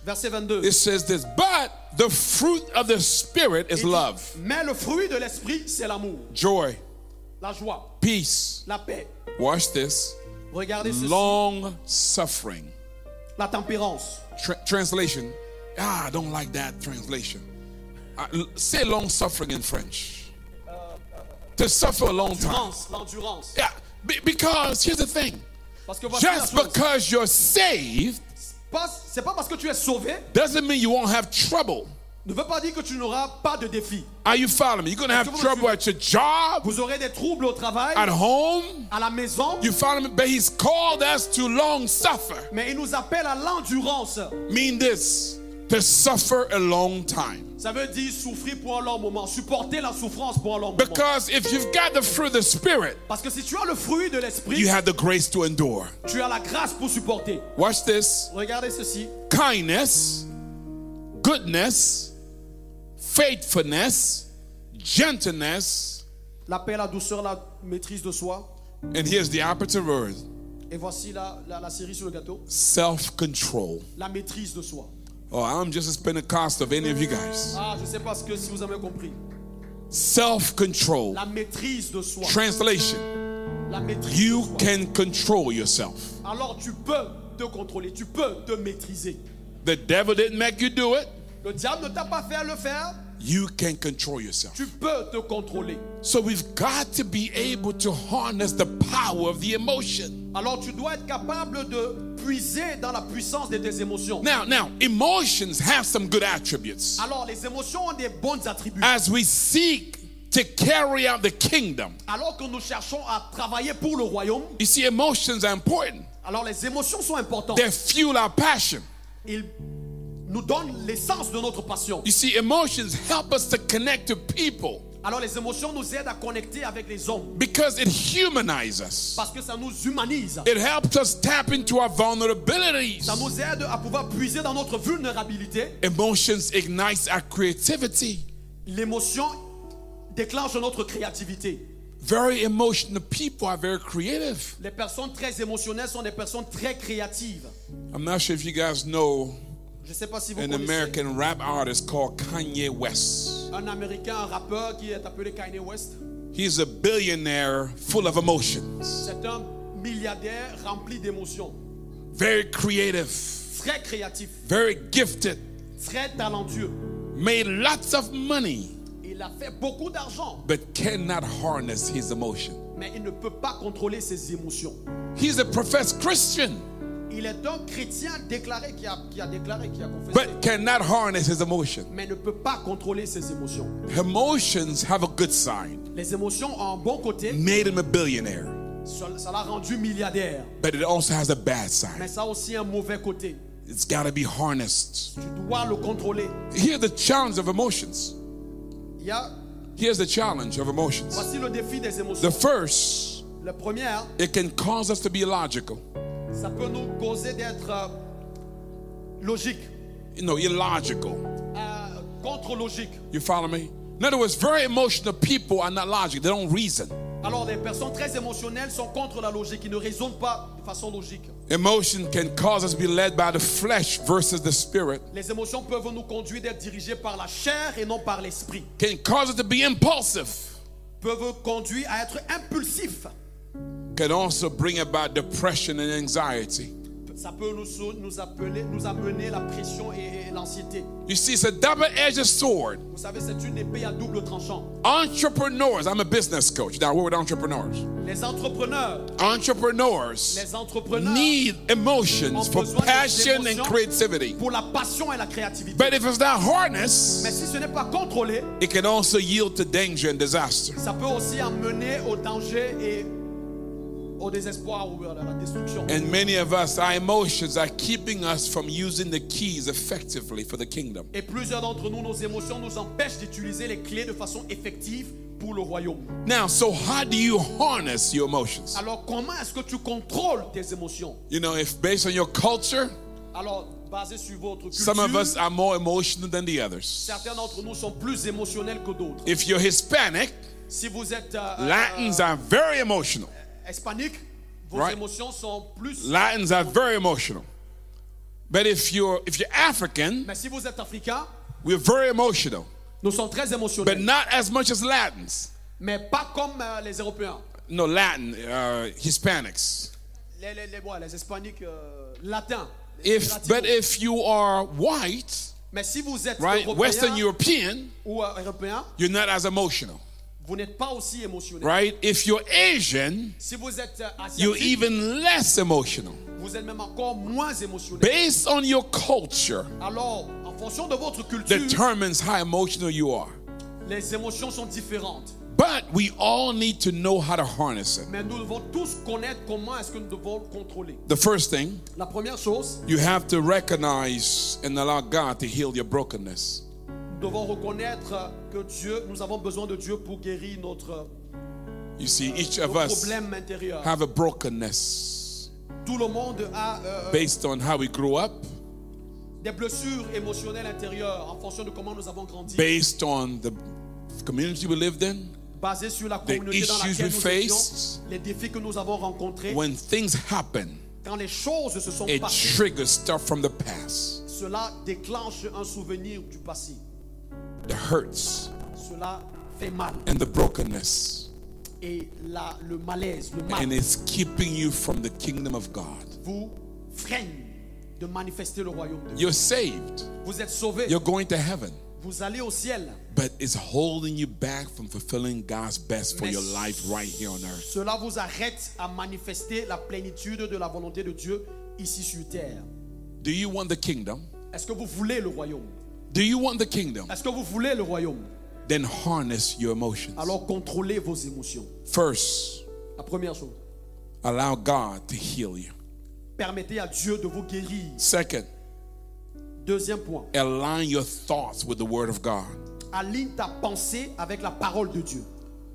B: verset 22.
A: It says this, but the fruit of the Spirit is
B: Il dit,
A: love,
B: Mais le fruit de l'esprit, c'est l'amour,
A: joy,
B: la joie,
A: peace.
B: la paix.
A: Watch this.
B: Regardez ceci,
A: Long suffering.
B: la tempérance.
A: Tra- translation. Ah, I don't like that translation. I- l- say long suffering in French. To suffer a long time.
B: L'endurance, l'endurance.
A: Yeah, be- because here's the thing.
B: Parce que voici la
A: Just
B: chose.
A: because you're saved
B: Pas- C'est pas parce que tu es sauvé
A: doesn't mean you won't have trouble.
B: ne veut pas dire que tu n'auras pas de défis.
A: Are you following me? You're going to have trouble at your job,
B: Vous aurez des troubles au travail,
A: at home.
B: à la maison,
A: You follow me? But he's called us to long suffer.
B: mais il nous appelle à l'endurance.
A: Mean this to suffer a long time.
B: Ça veut dire souffrir pour un long moment, supporter la souffrance pour un long moment.
A: Because if you've got the fruit of the Spirit,
B: Parce que si tu as le fruit de l'esprit,
A: you have the grace to endure.
B: tu as la grâce pour supporter.
A: Watch this
B: Regardez ceci.
A: kindness, goodness, faithfulness, gentleness,
B: La paix, la douceur, la maîtrise de soi.
A: and here's the operative word
B: Et voici la, la, la série sur le gâteau.
A: self control.
B: La maîtrise de soi.
A: Oh, I'm just as Pentecost of any of you guys.
B: Ah, je sais pas ce que si vous avez compris.
A: Self control.
B: La maîtrise de soi.
A: Translation
B: La maîtrise de
A: You
B: soi.
A: can control yourself.
B: Alors tu peux te contrôler, tu peux te maîtriser.
A: The devil didn't make you do it.
B: Le diable ne t'a pas fait à le faire,
A: You can control yourself.
B: tu peux te contrôler.
A: So we've got to be able to harness the power of the emotion.
B: Alors tu dois être capable de puiser dans la puissance de tes émotions.
A: Now, now, emotions have some good attributes.
B: Alors les émotions ont des bons attributs.
A: As we seek to carry out the kingdom,
B: Alors que nous cherchons à travailler pour le royaume,
A: you see, emotions are important.
B: alors les émotions sont importantes.
A: They fuel our passion.
B: Ils nous donnent l'essence de notre passion.
A: You see, emotions help us to connect to people
B: Alors les émotions nous aident à connecter avec les hommes
A: because it humanizes us.
B: parce que ça nous humanise.
A: It helps us tap into our
B: Ça
A: vulnerabilities.
B: nous aide à pouvoir puiser dans notre vulnérabilité.
A: Emotions ignites our creativity.
B: L'émotion déclenche notre créativité.
A: Very emotional people are very creative.
B: Les personnes très émotionnelles sont des personnes très créatives.
A: I'm not sure if you guys know
B: Je ne sais pas si vous
A: an
B: connaissez
A: American rap artist called Kanye West.
B: un Américain, un rappeur qui est appelé Kanye West.
A: He's a billionaire full of emotions,
B: C'est un milliardaire rempli d'émotions.
A: very creative,
B: Très créatif,
A: very gifted,
B: très talentueux.
A: made lots of money,
B: Il a fait beaucoup d'argent,
A: but cannot harness his emotion.
B: mais il ne peut pas contrôler ses émotions.
A: He's a professed Christian,
B: Il est un chrétien déclaré qui a, qui a déclaré, qui a confessé,
A: but cannot harness his emotion.
B: mais ne peut pas contrôler ses émotions.
A: Emotions have a good side,
B: Les émotions ont un bon côté,
A: made him a billionaire,
B: ça ça l'a rendu milliardaire,
A: but it also has a bad
B: mais
A: side.
B: ça a aussi un mauvais côté.
A: It's got to be harnessed.
B: Tu dois le contrôler.
A: Here's the challenge of emotions.
B: Il y a,
A: Here's the challenge of emotions.
B: voici le défi des émotions. hein,
A: The first,
B: La première,
A: it can cause us to be illogical.
B: ça peut nous causer d'être euh, logique,
A: You know, illogical.
B: euh, contre-logique.
A: You follow me? In other words, very emotional people are not logical. They don't reason.
B: Alors les personnes très émotionnelles sont contre la logique, ils ne raisonnent pas de façon logique.
A: Emotion can cause us to be led by the flesh versus the spirit.
B: Les émotions peuvent nous conduire d'être dirigées par la chair et non par l'esprit.
A: Can cause us to be impulsive.
B: Peuvent conduire à être impulsif.
A: Can also bring about depression and anxiety.
B: Ça peut nous, sou- nous, appeler, nous amener la pression et, et l'anxiété.
A: You see, it's a double-edged sword.
B: Vous savez, c'est une épée à double tranchant.
A: Entrepreneurs. I'm a business coach. Now, we're with entrepreneurs.
B: Les entrepreneurs,
A: Entrepreneurs
B: les entrepreneurs
A: need
B: ont
A: emotions for
B: besoin des
A: passion and
B: émotions
A: creativity.
B: pour la passion et la créativité.
A: But if it's not
B: Mais
A: harnessed,
B: si ce n'est pas contrôlé,
A: it can also yield to danger and disaster.
B: ça peut aussi amener au danger et au désespoir ou à la destruction.
A: And many of us, our emotions are keeping us from using the keys effectively for the kingdom.
B: Et plusieurs d'entre nous, nos émotions nous empêchent d'utiliser les clés de façon effective pour le royaume.
A: Now, so how do you harness your emotions?
B: Alors comment est-ce que tu contrôles tes émotions
A: You know, if based on your culture,
B: Alors, basé sur votre culture,
A: some of us are more emotional than the others.
B: certains d'entre nous sont plus émotionnels que d'autres.
A: If you're Hispanic,
B: Si vous êtes euh, euh,
A: Latins are very emotional.
B: hispanique, vos
A: Right.
B: émotions sont plus...
A: Latins are very emotional. But if you're if you're African,
B: Mais si vous êtes africain,
A: we're very emotional,
B: nous sommes très
A: but
B: émotionnels.
A: not as much as Latins.
B: Mais pas comme euh, les Européens.
A: No, Latin, uh, Hispanics.
B: Les, les, les, ouais, les hispaniques euh, latins. les
A: If
B: latinos.
A: but if you are white,
B: Mais si vous êtes
A: right?
B: européen
A: Western European,
B: ou euh, européen,
A: you're not as emotional,
B: vous n'êtes pas aussi émotionnel.
A: right? If you're Asian,
B: Si vous êtes euh, asiatique,
A: you're even less emotional.
B: vous êtes même encore moins émotionnel.
A: Based on your culture,
B: Alors, en fonction de votre culture,
A: determines how emotional you are.
B: les émotions sont différentes.
A: But we all need to know how to harness it.
B: Mais nous devons tous connaître comment est-ce que nous devons le contrôler.
A: The first thing,
B: La première chose,
A: you have to recognize and allow God to heal your brokenness.
B: nous devons reconnaître euh, que Dieu, nous avons besoin de Dieu pour guérir notre euh,
A: You see, each of
B: nos
A: us
B: problème intérieur.
A: have a brokenness
B: Tout le monde a euh, euh,
A: based on how we grew up,
B: des blessures émotionnelles intérieures en fonction de comment nous avons grandi,
A: based on the community we lived in.
B: basées sur la
A: the
B: communauté dans
A: issues we
B: laquelle nous
A: faced.
B: étions, les défis que nous avons rencontrés.
A: When things happen,
B: Quand les choses se sont
A: it
B: passées,
A: triggers stuff from the past.
B: cela déclenche un souvenir du passé.
A: The hurts
B: Cela fait mal
A: and the brokenness.
B: et la, le malaise, le mal
A: And it's keeping you from the kingdom of God.
B: vous freine de manifester le royaume de Dieu.
A: You're saved.
B: Vous êtes sauvés,
A: You're going to heaven.
B: vous allez au ciel.
A: But it's holding you back from fulfilling God's best for
B: Mais
A: your life right here on earth.
B: Cela vous arrête à manifester la plénitude de la volonté de Dieu ici sur terre.
A: Do you want the kingdom?
B: Est-ce que vous voulez le royaume
A: Do you want the kingdom?
B: Est-ce que vous voulez le royaume
A: Then harness your emotions.
B: Alors contrôlez vos émotions.
A: First,
B: La première chose,
A: allow God to heal you.
B: permettez à Dieu de vous guérir.
A: Second,
B: Deuxième point,
A: align your thoughts with the word of God.
B: aligne ta pensée avec la parole de Dieu.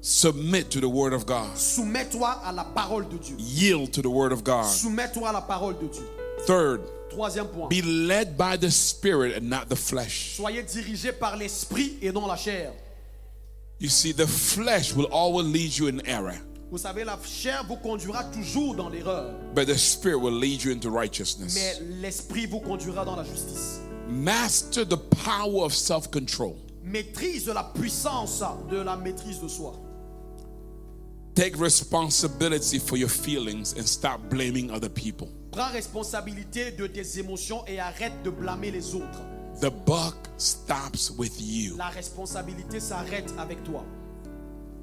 A: Submit to the word of God.
B: Soumets-toi à la parole de Dieu.
A: Yield to the word of God.
B: Soumets-toi à la parole de Dieu.
A: Third,
B: Troisième point,
A: be led by the spirit and not the flesh.
B: soyez dirigé par l'esprit et non la chair.
A: You see, the flesh will always lead you in error,
B: Vous savez, la chair vous conduira toujours dans l'erreur,
A: but the spirit will lead you into righteousness.
B: mais l'esprit vous conduira dans la justice.
A: Master the power of self control.
B: Maîtrise la puissance de la maîtrise de soi.
A: Take responsibility for your feelings and stop blaming other people.
B: Prends responsabilité de tes émotions et arrête de blâmer les autres.
A: The buck stops with you.
B: La responsabilité s'arrête avec toi.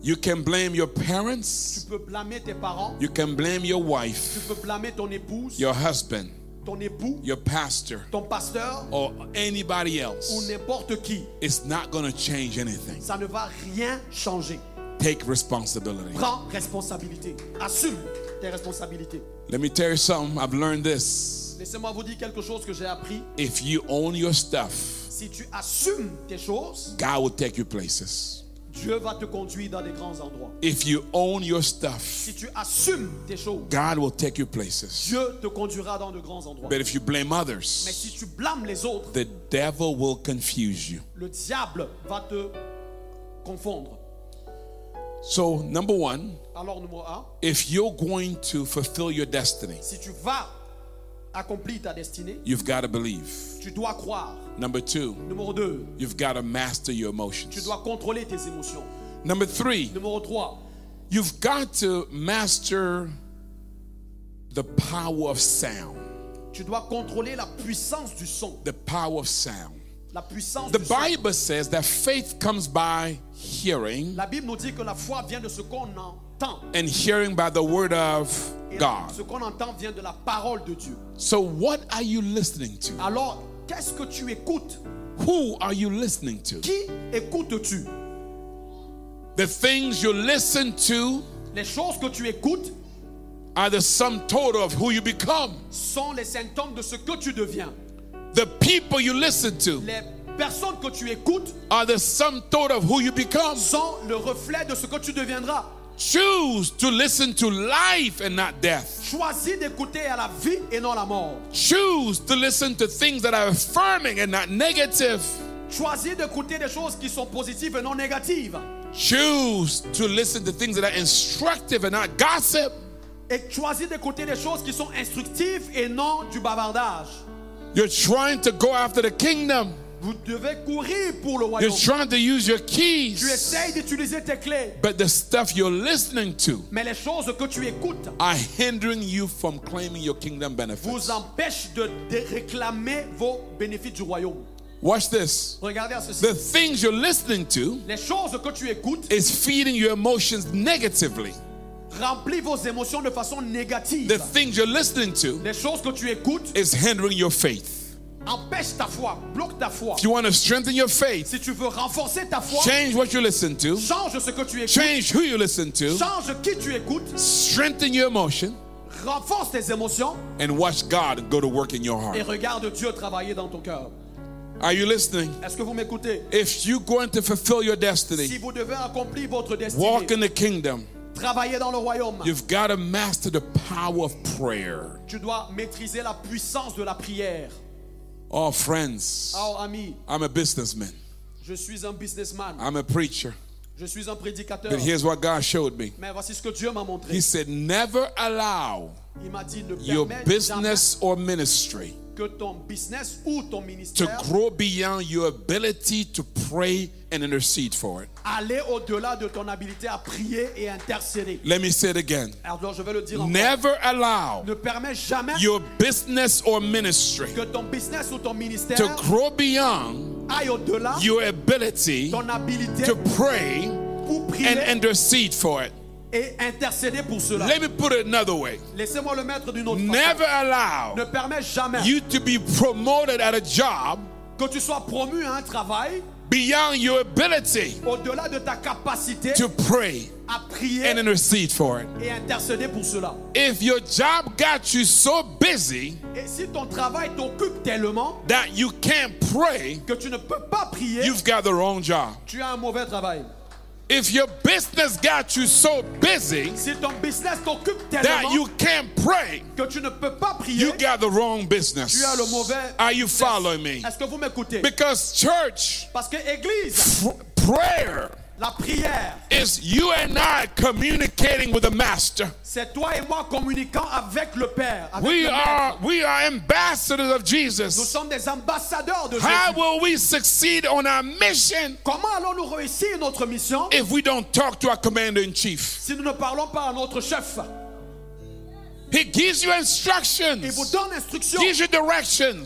A: You can blame your
B: Tu
A: parents,
B: peux blâmer tes parents,
A: you can blame your
B: tu
A: wife,
B: peux blâmer ton épouse,
A: your husband,
B: ton époux,
A: your pastor,
B: ton pasteur
A: or anybody
B: ou
A: else.
B: n'importe qui.
A: It's not going to change anything.
B: Ça ne va rien changer.
A: Take responsibility.
B: Prends responsabilité. Assume tes responsabilités.
A: Let me tell you something. I've learned this.
B: Laissez-moi vous dire quelque chose que j'ai appris.
A: If you own your stuff,
B: Si tu assumes tes choses,
A: God will take you places.
B: Dieu va te conduire dans des grands endroits.
A: If you own your stuff,
B: Si tu assumes tes choses,
A: God will take you places.
B: Dieu te conduira dans de grands endroits.
A: But if you blame
B: Mais
A: others,
B: si tu blâmes les autres,
A: the devil will confuse you.
B: le diable va te confondre.
A: So, number one,
B: Alors numéro un,
A: if you're going to fulfill your destiny,
B: si tu vas accomplir ta destinée,
A: you've got to believe.
B: tu dois croire.
A: Number two,
B: Numéro 2,
A: you've got to master your
B: tu
A: emotions.
B: dois contrôler tes émotions.
A: Number three,
B: Numéro 3,
A: you've got to master the power of sound.
B: tu dois contrôler la puissance du son.
A: The power of sound.
B: La puissance
A: The
B: du son.
A: Bible says that faith comes by hearing,
B: La Bible nous dit que la foi vient de ce qu'on entend.
A: and hearing by the word of
B: Et
A: God.
B: ce qu'on entend vient de la parole de Dieu.
A: So, what are you listening to?
B: Alors, qu'est-ce que tu écoutes
A: Who are you listening to?
B: Qui écoutes-tu
A: The things you listen to
B: Les choses que tu écoutes
A: are the sum total of who you become.
B: sont les symptômes de ce que tu deviens.
A: The people you listen to
B: Les personnes que tu écoutes
A: are the sum total of who you become.
B: sont le reflet de ce que tu deviendras.
A: Choose to listen to life and not death.
B: Choisis d'écouter à la vie et non à la mort.
A: Choose to listen to things that are affirming and not negative.
B: Choisis d'écouter des choses qui sont positives et non négatives.
A: Choose to listen to things that are instructive and not gossip.
B: Et choisis d'écouter des choses qui sont instructives et non du bavardage.
A: You're trying to go after the kingdom.
B: Vous devez courir pour le
A: You're
B: royaume.
A: trying to use your
B: Tu
A: keys.
B: essayes d'utiliser tes clés,
A: But the stuff you're listening to
B: mais les choses que tu écoutes
A: are hindering you from claiming your kingdom benefits.
B: vous empêchent de, de réclamer vos bénéfices du royaume.
A: Watch this.
B: Regardez à ceci.
A: The things you're listening to
B: Les choses que tu écoutes
A: is feeding your emotions negatively.
B: remplissent vos émotions de façon négative.
A: The things you're listening to
B: Les choses que tu écoutes
A: is hindering your faith.
B: empêche ta foi, bloque ta foi.
A: If you want to strengthen your faith,
B: Si tu veux renforcer ta foi,
A: change what you listen to,
B: change ce que tu écoutes,
A: change who you listen to,
B: change qui tu écoutes,
A: strengthen your emotion,
B: renforce tes émotions
A: and watch God go to work in your
B: et
A: heart.
B: regarde Dieu travailler dans ton cœur.
A: Are you listening?
B: Est-ce que vous m'écoutez
A: If you're going to fulfill your
B: Si
A: destiny,
B: vous devez accomplir votre destinée,
A: walk in the kingdom,
B: travailler dans le royaume,
A: you've got to master the power of prayer.
B: tu dois maîtriser la puissance de la prière.
A: Oh, friends,
B: Oh ami,
A: I'm a businessman,
B: je suis un businessman,
A: I'm a preacher.
B: je suis un prédicateur.
A: But here's what God showed me
B: Mais voici ce que Dieu m'a montré.
A: He said, Never allow
B: Il m'a dit ne
A: your
B: permets jamais
A: business or ministry
B: que ton business ou
A: to
B: ton ministère
A: grow beyond your ability to pray and intercede for it.
B: aller au-delà de ton habilité à prier et intercéder.
A: Let me say it again.
B: Alors je vais le dire encore.
A: Never allow
B: Ne permets jamais
A: your business or ministry
B: que ton business ou ton ministère
A: to grow beyond
B: aille au-delà de
A: your ability
B: ton habilité
A: to pray
B: pour prier
A: and intercede for it.
B: et intercéder pour cela.
A: Let me put it another way.
B: Laissez-moi le mettre d'une autre
A: Never
B: façon. Ne
A: allow
B: permets jamais
A: you to be promoted at a job
B: que tu sois promu à un travail
A: beyond your ability
B: au-delà de ta capacité
A: to pray
B: à prier
A: and intercede for it.
B: et intercéder pour cela.
A: If your job got you so busy
B: Et si ton travail t'occupe tellement
A: that you can't pray,
B: que tu ne peux pas prier,
A: you've got the wrong job.
B: tu as un mauvais travail.
A: If your business got you so busy
B: Si ton business t'occupe tellement
A: that you can't pray,
B: que tu ne peux pas prier,
A: you got the wrong business.
B: tu as le mauvais.
A: Are you following me?
B: Est-ce que vous m'écoutez?
A: Because church
B: Parce que Église,
A: pr- prayer
B: la prière,
A: is you and I communicating with the master.
B: c'est toi et moi communiquant avec le Père. avec
A: We
B: le Maître.
A: are we are ambassadors of
B: Nous
A: Jesus.
B: sommes des ambassadeurs de Jésus.
A: How will we succeed on our mission
B: Comment allons-nous réussir notre mission
A: if we don't talk to our commander in chief?
B: si nous ne parlons pas à notre chef
A: He gives you
B: Il vous
A: instructions,
B: donne instruction,
A: gives you directions.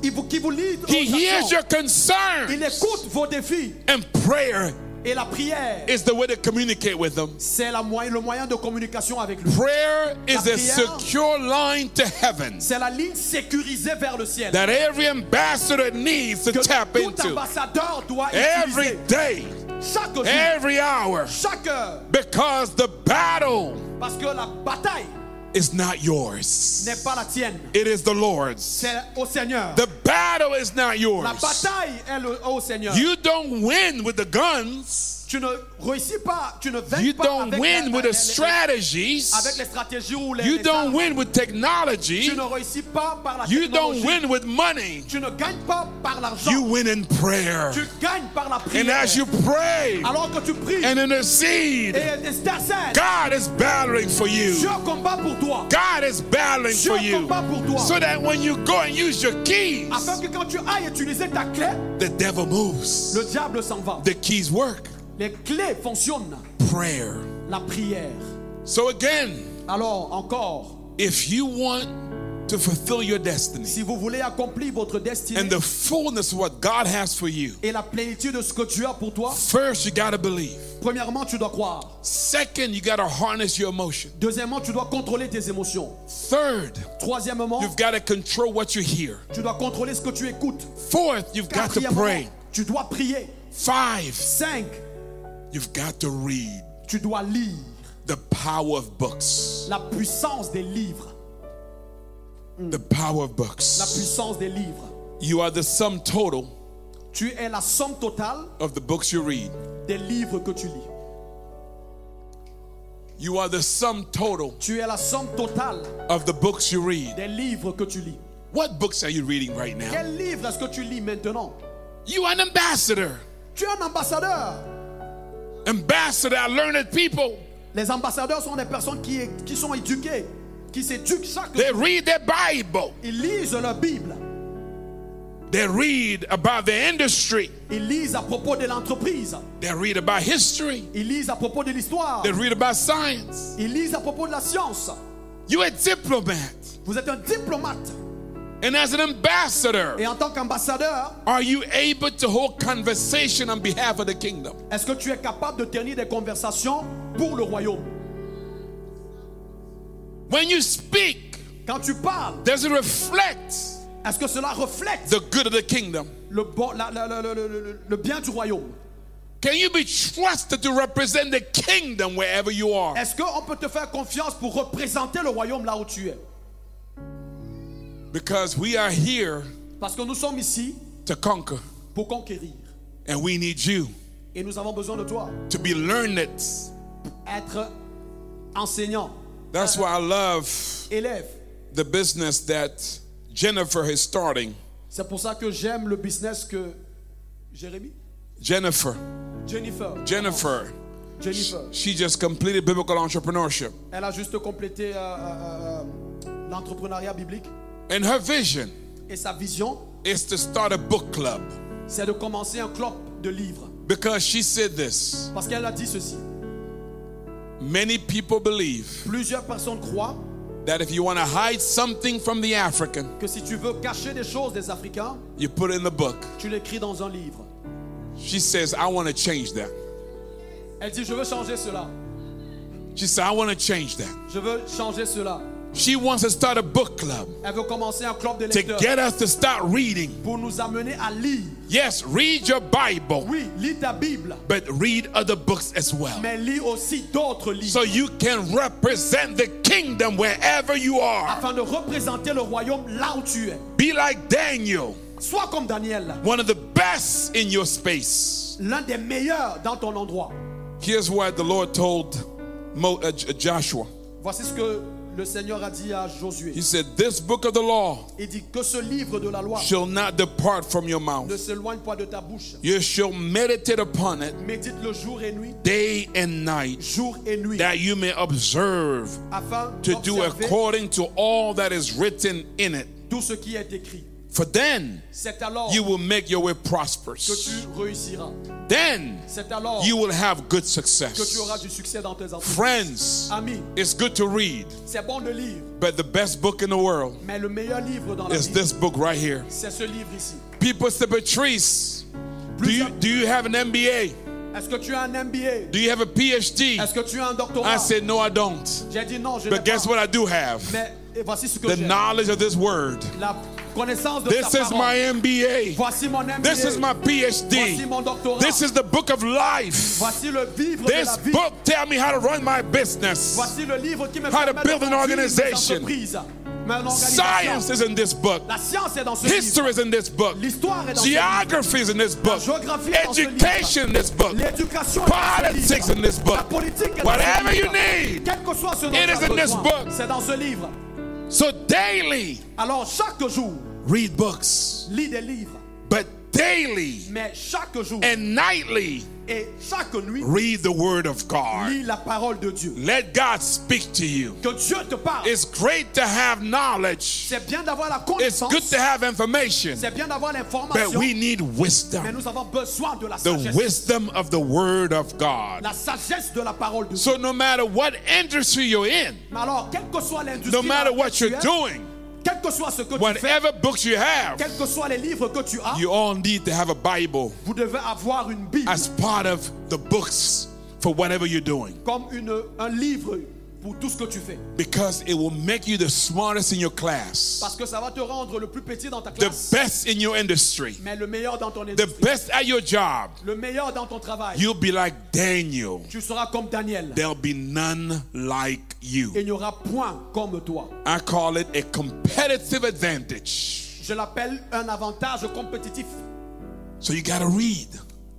B: il vous, qui vous lead.
A: He hears your
B: Il
A: concerns.
B: écoute vos défis.
A: And prayer
B: Et la prière,
A: is the way to communicate with them.
B: c'est la moyen- le moyen de communication avec lui.
A: Prayer is a
B: prière-
A: secure line to heaven
B: C'est la ligne sécurisée vers le ciel.
A: that every ambassador needs to
B: que
A: tap
B: tout
A: into
B: ambassadeur doit
A: every
B: utiliser
A: day,
B: chaque jour,
A: every hour,
B: chaque heure,
A: because the battle
B: parce que la bataille
A: is not yours,
B: n'est pas la tienne,
A: it is the Lord's.
B: c'est au Seigneur.
A: The battle is not
B: La
A: yours.
B: bataille est le- au Seigneur.
A: You don't win with the guns.
B: tu ne réussis pas, tu ne vaincs
A: You
B: pas
A: don't
B: avec, la-
A: win with
B: la-
A: the
B: les,
A: strategies.
B: avec les stratégies ou les,
A: You
B: les
A: don't
B: armes.
A: win with technology.
B: Tu ne réussis pas par la
A: You
B: technologie.
A: don't win with money.
B: Tu ne gagnes pas par l'argent.
A: You win in prayer.
B: tu gagnes par la prière.
A: And as you pray
B: Alors que tu pries
A: and
B: et
A: intercede,
B: intercèdes,
A: God is battling for
B: Dieu
A: you.
B: combat pour toi.
A: God is battling
B: Dieu
A: for you.
B: combat pour toi.
A: So that when you go and use your
B: Afin
A: keys,
B: que quand tu ailles utiliser ta clé,
A: the devil moves.
B: le diable s'en va.
A: The keys work.
B: Les clés fonctionnent.
A: Prayer.
B: La prière.
A: So again,
B: Alors, encore,
A: if you want to fulfill your destiny
B: si vous voulez accomplir votre destinée
A: and the fullness of what God has for you,
B: et la plénitude de ce que Dieu a pour toi,
A: first you got to believe.
B: premièrement, tu dois croire.
A: Second, you got to harness your emotion.
B: Deuxièmement, tu dois contrôler tes émotions.
A: Third,
B: Troisièmement,
A: you've got to control what you hear.
B: tu dois contrôler ce que tu écoutes.
A: Fourth, you've got to
B: Quatrièmement,
A: pray.
B: tu dois prier.
A: Five,
B: Cinq,
A: you've got to read
B: tu dois lire.
A: the power of books.
B: La puissance des livres.
A: The power of
B: La
A: books.
B: puissance des livres.
A: You are the sum total
B: Tu es la somme totale
A: of the books you read.
B: des livres que tu lis.
A: You are the sum total
B: Tu es la somme totale
A: of the books you read.
B: des livres que tu lis.
A: What books are you reading right now?
B: Quel livre est-ce que tu lis maintenant
A: You are an ambassador.
B: Tu es un ambassadeur.
A: Ambassador, are learned people.
B: Les ambassadeurs sont des personnes qui, qui sont éduquées, qui s'éduquent chaque jour.
A: They read their Bible.
B: Ils lisent leur Bible.
A: They read about their industry.
B: Ils lisent à propos de l'entreprise.
A: They read about history.
B: Ils lisent à propos de l'histoire.
A: They read about science.
B: Ils lisent à propos de la science.
A: You're a diplomat.
B: Vous êtes un diplomate.
A: And as an ambassador,
B: Et en tant qu'ambassadeur,
A: Are you able to hold conversation on behalf of the kingdom?
B: est-ce que tu es capable de tenir des conversations pour le royaume
A: When you speak,
B: Quand tu parles,
A: does it reflect
B: Est-ce que cela reflète
A: the good of the kingdom?
B: le, bon- la- la- la- la- la- la- le bien du royaume
A: Can you be trusted to represent the kingdom wherever you are?
B: Est-ce qu'on peut te faire confiance pour représenter le royaume là où tu es
A: Because we are here
B: Parce que nous sommes ici
A: to conquer,
B: pour conquérir.
A: and we need you
B: Et nous avons besoin de toi.
A: to be learned.
B: Être enseignant,
A: That's why I love
B: élève.
A: the business that Jennifer is starting.
B: C'est pour ça que j'aime le business que Jérémy,
A: Jennifer,
B: Jennifer,
A: Jennifer,
B: Jennifer.
A: she just completed biblical entrepreneurship.
B: Elle a juste complété euh, euh, euh, l'entrepreneuriat biblique.
A: And her vision
B: Et sa vision,
A: is to start a book club
B: c'est de commencer un club de livres.
A: because she said this
B: Parce qu'elle a dit ceci.
A: many people believe
B: Plusieurs personnes croient
A: that if you want to hide something from the African,
B: que si tu veux cacher des choses des Africains,
A: you put it in the book.
B: tu l'écris dans un livre.
A: She says, I want to change that.
B: Elle dit, je veux changer cela.
A: She said, I want to change that.
B: Je veux changer cela.
A: She wants to start a book club
B: Elle veut commencer un club de
A: to
B: lecteurs
A: get us to start reading.
B: pour nous amener à lire.
A: Yes, read your Bible,
B: Oui, lis ta Bible,
A: but read other books as well.
B: mais lis aussi d'autres livres
A: So you can represent the kingdom wherever you are.
B: afin de représenter le royaume là où tu es.
A: Be like Daniel,
B: Sois comme Daniel,
A: one of the best in your space.
B: l'un des meilleurs dans ton endroit.
A: Here's what the Lord told Mo, uh, J- Joshua
B: Voici ce que le Seigneur a dit à Josué.
A: He said, This book of the law
B: Il dit que ce livre de la loi
A: shall not depart from your
B: ne
A: mouth.
B: s'éloigne pas de ta bouche.
A: You shall meditate upon it
B: Médite-le jour et nuit,
A: day and night,
B: jour et nuit,
A: that you may observe
B: afin
A: to do
B: d'observer
A: according to all that is written in it.
B: tout ce qui est écrit.
A: For then
B: C'est alors
A: you
B: que
A: will make your way prosperous.
B: tu réussiras.
A: Then
B: C'est alors
A: you will have good
B: que tu auras
A: success.
B: du succès dans tes enfants.
A: Friends,
B: Amis,
A: it's good to read,
B: c'est bon de lire,
A: but the best book in the world
B: mais le meilleur livre dans la
A: is
B: Bible,
A: this book right here.
B: c'est ce livre ici.
A: People say, Patrice, do you, do you have an MBA?
B: Est-ce que tu as un MBA
A: Do you have a PhD?
B: Est-ce que tu as un
A: I
B: doctorat
A: said, No, I don't.
B: J'ai dit non, je n'ai
A: But guess
B: pas.
A: what I do have?
B: Mais et voici ce que
A: The
B: j'ai.
A: knowledge of this word.
B: La connaissance de ta
A: This is
B: parole.
A: my MBA.
B: Voici mon MBA.
A: This is my
B: Voici
A: PhD.
B: mon doctorat.
A: This is the book of life.
B: Voici le livre de
A: This
B: la vie.
A: book tell me how to run my business.
B: Voici le livre qui me
A: to
B: permet de
A: build an
B: conduire mes
A: organization.
B: entreprises, mes organisations.
A: Science is in this book.
B: La science est dans ce livre.
A: History is in this book.
B: L'histoire est dans ce livre.
A: Geography is in this book.
B: géographie est dans ce livre.
A: Education in this book.
B: L'éducation est dans ce
A: Politics
B: livre.
A: in this
B: La
A: book.
B: politique est dans
A: Whatever
B: ce
A: you
B: livre.
A: need.
B: Quel que soit ce dont
A: It
B: tu as
A: is in this
B: besoin,
A: book.
B: c'est dans ce livre.
A: So daily,
B: Alors chaque jour,
A: read books.
B: lis des livres,
A: But daily
B: mais chaque jour
A: and nightly,
B: et chaque nuit,
A: read the word of God.
B: lis la parole de Dieu.
A: Let God speak to you.
B: Que Dieu te parle.
A: It's great to have knowledge.
B: C'est bien d'avoir la
A: It's
B: connaissance.
A: good to have information.
B: C'est bien d'avoir
A: But
B: l'information.
A: we need
B: Mais
A: wisdom.
B: nous avons besoin de la
A: The
B: sagesse.
A: wisdom of the word of God.
B: La sagesse de la parole de Dieu.
A: So no matter what industry you're in,
B: Mais alors, quelle que soit l'industrie,
A: no
B: dans
A: matter
B: laquelle
A: what
B: tu
A: you're
B: es,
A: doing,
B: quel que soit ce que tu fais,
A: whatever books you have,
B: quels que soient les livres que tu as,
A: you all need to have a Bible
B: vous devez avoir une Bible
A: as part of the books for whatever you're doing
B: comme une, un livre pour tout ce que tu fais.
A: because it will make you the smartest in your class,
B: Parce que ça va te rendre le plus petit dans ta
A: the
B: classe,
A: best in your industry,
B: mais le meilleur dans ton
A: the
B: industrie,
A: best at your job.
B: le meilleur dans ton travail.
A: You'll be like Daniel.
B: tu seras comme Daniel.
A: There'll be none like
B: Et
A: you.
B: il n'y aura point comme toi.
A: I call it a competitive advantage.
B: Je l'appelle un avantage compétitif.
A: So you got to read.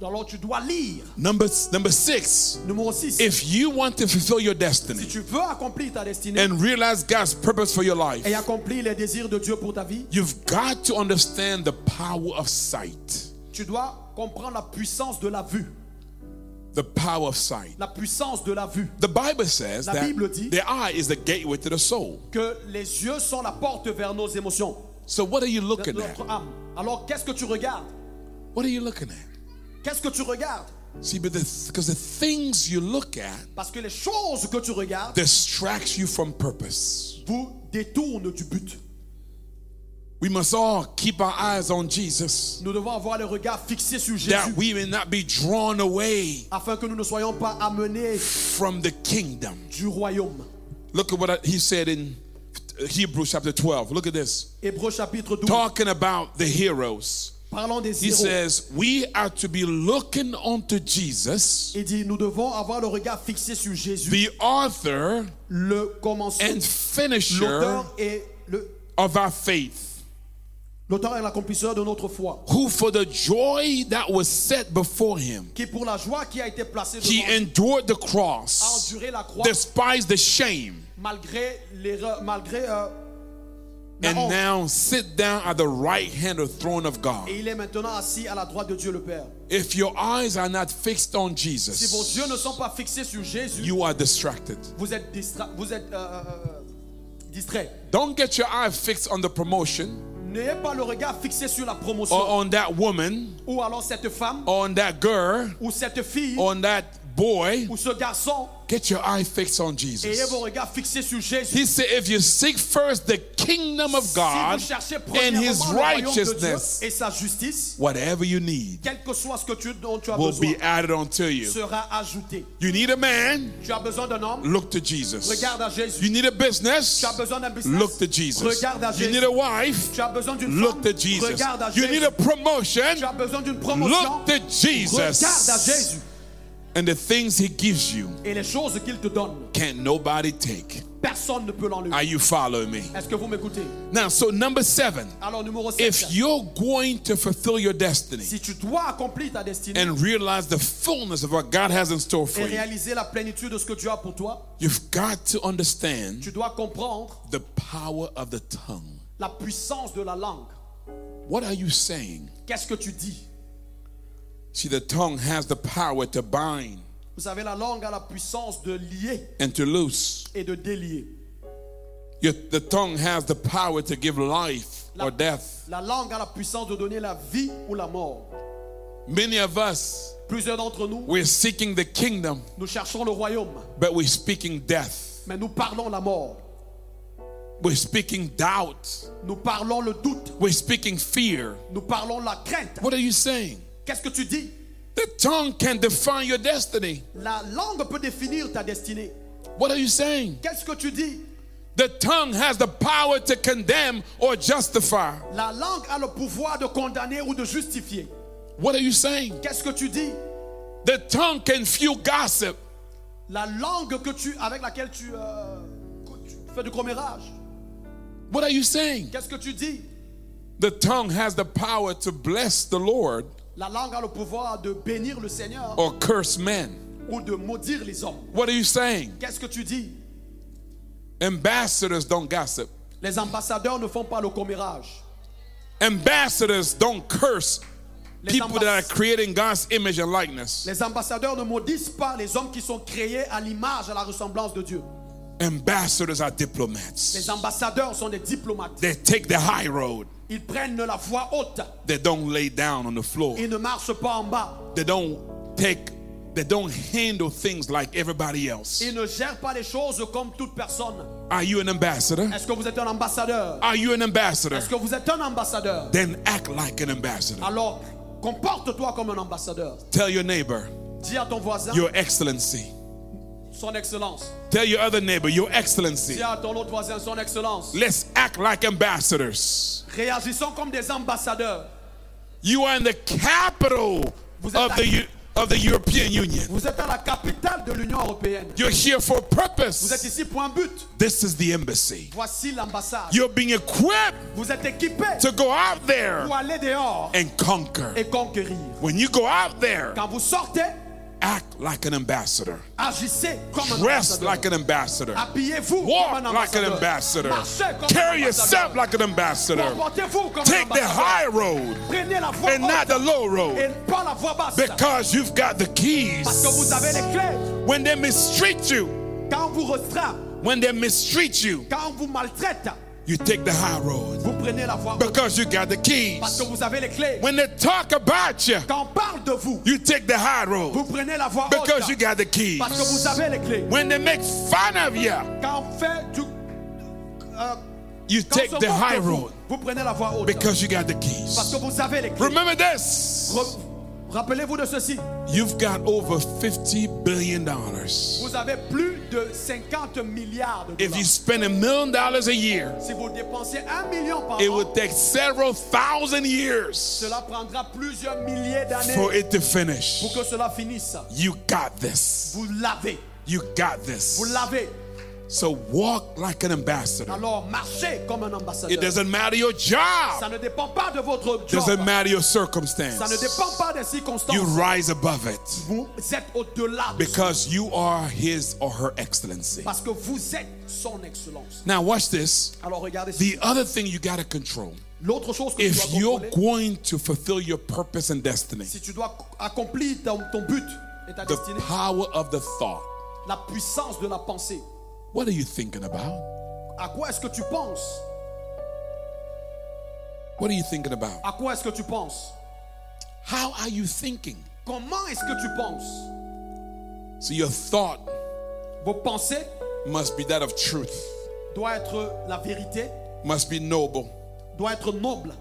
B: Alors tu dois lire.
A: Number number 6.
B: Numéro 6.
A: If you want to fulfill your destiny,
B: Si tu veux accomplir ta destinée
A: and realize God's purpose for your life,
B: et accomplir les désirs de Dieu pour ta vie,
A: you've got to understand the power of sight.
B: tu dois comprendre la puissance de la vue.
A: The power of sight.
B: La puissance de la vue.
A: The Bible says
B: La
A: that
B: Bible dit-
A: the eye is the gateway to the soul.
B: Que les yeux sont la porte vers nos émotions,
A: So what are you
B: de
A: looking at?
B: notre âme. Alors qu'est-ce que tu regardes
A: What are you looking at?
B: Qu'est-ce que tu regardes
A: See, but because the things you look at
B: Parce que les choses que tu regardes
A: distracts you from purpose.
B: vous détournent du but.
A: We must all keep our eyes on Jesus,
B: Nous devons avoir le regard fixé sur
A: that
B: Jésus
A: we may not be drawn away
B: afin que nous ne soyons pas amenés
A: from the kingdom.
B: du royaume.
A: Look at what I- he said in Hebrews chapter 12. Look at this.
B: Hébreux chapitre 12.
A: Talking about the heroes.
B: Parlons des
A: He
B: héros.
A: says, We are to be looking unto Jesus,
B: Il dit, nous devons avoir le regard fixé sur Jésus,
A: the author
B: le commencement,
A: and finisher
B: l'auteur et le
A: of our faith,
B: l'auteur et l'accomplisseur de notre foi,
A: who for the joy that was set before him,
B: qui pour la joie qui a été placée devant
A: he
B: lui,
A: endured the
B: a
A: cross,
B: enduré la croix
A: despised the shame,
B: malgré l'erreur, malgré euh, la
A: and
B: honte.
A: now sit down at the right hand of the throne of God.
B: Et il est maintenant assis à la droite de Dieu le Père.
A: If your eyes are not fixed on
B: Si vos
A: Jesus,
B: yeux ne sont pas fixés sur Jésus,
A: you are distracted.
B: vous êtes distra- vous êtes euh, euh, distrait.
A: Don't get your eye fixed on the promotion
B: N'ayez pas le regard fixé sur la promotion
A: or on that woman,
B: ou alors cette femme
A: or on that girl,
B: ou cette fille
A: on that boy.
B: ou ce garçon.
A: Get your eye fixed on
B: Ayez vos
A: Jesus.
B: regards fixés sur Jésus.
A: He said, if you seek first the kingdom of God
B: si vous cherchez
A: and
B: premièrement
A: his
B: le royaume de Dieu
A: righteousness,
B: et sa justice,
A: whatever you need
B: quel que soit ce que tu, dont tu as
A: will
B: besoin,
A: be added unto you.
B: sera ajouté.
A: You need a man,
B: Tu as besoin d'un homme,
A: look to Jesus.
B: regarde à
A: You
B: Jésus.
A: need a business,
B: Tu as besoin d'un business,
A: look to Jesus.
B: regarde à
A: You
B: Jésus.
A: need a wife,
B: Tu as besoin d'une femme,
A: look to Jesus.
B: regarde à
A: You
B: Jésus.
A: need a promotion,
B: Tu as besoin d'une promotion,
A: look to
B: regarde à
A: Jesus.
B: Jésus.
A: And the things he gives you,
B: Et les choses qu'il te donne,
A: can't nobody take.
B: personne ne peut l'enlever.
A: Are you following me?
B: Est-ce que vous m'écoutez
A: Now, so number seven.
B: Alors numéro 7,
A: If you're going to fulfill your destiny
B: si tu dois accomplir ta destinée
A: and realize the fullness of what God has in store for
B: et
A: you,
B: réaliser la plénitude de ce que Dieu a pour toi,
A: you've got to understand
B: tu dois comprendre
A: the power of the tongue.
B: la puissance de la langue.
A: What are you saying?
B: Qu'est-ce que tu dis
A: See, the tongue has the power to bind
B: Vous savez, la langue a la puissance de lier
A: and to loose.
B: et de délier.
A: Your, the tongue has the power to give life or death.
B: La langue a la puissance de donner la vie ou la mort.
A: Many of us,
B: Plusieurs d'entre nous,
A: we're seeking the kingdom,
B: nous cherchons le royaume,
A: but we're speaking death.
B: mais nous parlons la mort.
A: We're speaking doubt.
B: Nous parlons le doute.
A: We're speaking fear.
B: Nous parlons la crainte.
A: What are you saying?
B: Qu'est-ce que tu dis
A: The tongue can define your destiny.
B: La langue peut définir ta destinée.
A: What are you saying?
B: Qu'est-ce que tu dis
A: The tongue has the power to condemn or justify.
B: La langue a le pouvoir de condamner ou de justifier.
A: What are you saying?
B: Qu'est-ce que tu dis
A: The tongue can fuel gossip.
B: La langue que tu, avec laquelle tu, euh, tu fais du commérage.
A: What are you saying?
B: Qu'est-ce que tu dis
A: The tongue has the power to bless the Lord
B: La langue a le pouvoir de bénir le Seigneur
A: or curse men.
B: ou de maudire les hommes.
A: What are you saying?
B: Qu'est-ce que tu dis
A: Ambassadors don't gossip.
B: Les ambassadeurs ne font pas le commérage.
A: Ambassadors don't curse
B: Les,
A: people that
B: ambas-
A: are creating God's image and likeness.
B: les ambassadeurs ne maudissent pas les hommes qui sont créés à l'image, à la ressemblance de Dieu.
A: Ambassadors are diplomats.
B: Les ambassadeurs sont des diplomates.
A: They take the high road.
B: Ils prennent la voie haute.
A: They don't lay down on the floor.
B: Ils ne marchent pas en bas.
A: they don't take they don't handle things like everybody else
B: Ils ne gèrent pas les choses comme toute personne.
A: are you an ambassador
B: Est-ce que vous êtes un ambassadeur
A: are you an ambassador
B: Est-ce que vous êtes un ambassadeur
A: then act like an ambassador
B: Alors, comporte-toi comme un ambassadeur.
A: tell your neighbor
B: Dis à ton voisin,
A: your excellency
B: son excellence.
A: tell your other neighbor your excellency
B: Dis à ton autre voisin, son excellence.
A: let's act like ambassadors
B: Réagissons comme des ambassadeurs.
A: you are in the capital
B: Vous êtes
A: of the Eu- of the European Union
B: Vous êtes à la capitale de l'Union européenne.
A: you're here for a
B: Vous êtes
A: purpose
B: ici pour un but.
A: this is the embassy
B: Voici l'ambassade.
A: you're being equipped
B: Vous êtes équipé
A: to go out there
B: pour aller dehors
A: and conquer
B: et conquérir.
A: when you go out there
B: Quand vous sortez,
A: act like an ambassador
B: agissez comme un
A: Dress
B: ambassadeur.
A: like an ambassador.
B: Habillez-vous
A: Walk
B: comme un
A: like an ambassador.
B: ambassadeur. Marchez comme
A: Carry
B: un
A: yourself
B: ambassadeur.
A: like an ambassador.
B: Comportez-vous comme un
A: Take the
B: ambassadeur.
A: high road
B: Prenez la voie
A: and not the
B: haute
A: low
B: et
A: road
B: pas la voie basse.
A: because you've got the
B: Parce que vous
A: keys.
B: avez les clés.
A: When they mistreat you,
B: Quand on vous restreint,
A: when they mistreat you,
B: quand on vous maltraite,
A: you take the high road
B: vous prenez la voie haute.
A: because you got the
B: Parce
A: keys.
B: que vous avez les clés.
A: When they talk about you,
B: Quand on parle de vous,
A: you take the high
B: vous
A: road
B: prenez la voie
A: because you
B: haute.
A: got the keys.
B: Parce que vous avez les clés.
A: When they make fun of you,
B: Quand on fait du... euh,
A: you
B: quand
A: take
B: on se
A: the
B: moque de
A: high
B: vous,
A: road
B: Vous prenez la voie haute.
A: because you got the
B: Parce que
A: keys.
B: vous avez les clés.
A: Remember this.
B: Re- Rappelez-vous de ceci.
A: You've got over $50 billion. dollars.
B: Vous avez plus de 50 milliards de
A: If
B: dollars.
A: you spend a million dollars a year,
B: Si vous dépensez un million par
A: it
B: an,
A: would take several thousand years
B: cela prendra plusieurs milliers d'années
A: for it to finish.
B: pour que cela finisse.
A: You got this.
B: Vous l'avez.
A: You got
B: Vous
A: this.
B: l'avez.
A: So walk like an ambassador.
B: Alors marchez comme un
A: It
B: ambassadeur.
A: doesn't matter your job.
B: Ça ne dépend pas de votre job.
A: Doesn't
B: Ça
A: matter your
B: ne
A: circumstance.
B: dépend pas des
A: You
B: circonstances.
A: rise above it
B: Vous êtes au-delà de ça.
A: because you are his or her excellency.
B: Parce que vous êtes son excellence.
A: Now watch this.
B: Alors regardez
A: The
B: ceci.
A: other thing you got to control.
B: L'autre chose que tu
A: If
B: dois
A: you're
B: contrôler,
A: going to fulfill your purpose and destiny,
B: si tu dois accomplir ton, ton but et ta
A: the
B: destinée,
A: power of the thought.
B: la puissance de la pensée.
A: What are you thinking about?
B: À quoi est-ce que tu penses
A: What are you thinking about?
B: À quoi est-ce que tu penses
A: How are you thinking?
B: Comment est-ce que tu penses
A: So your thought
B: Vos pensées
A: must be that of truth,
B: doivent être la vérité,
A: must be noble,
B: doivent être nobles,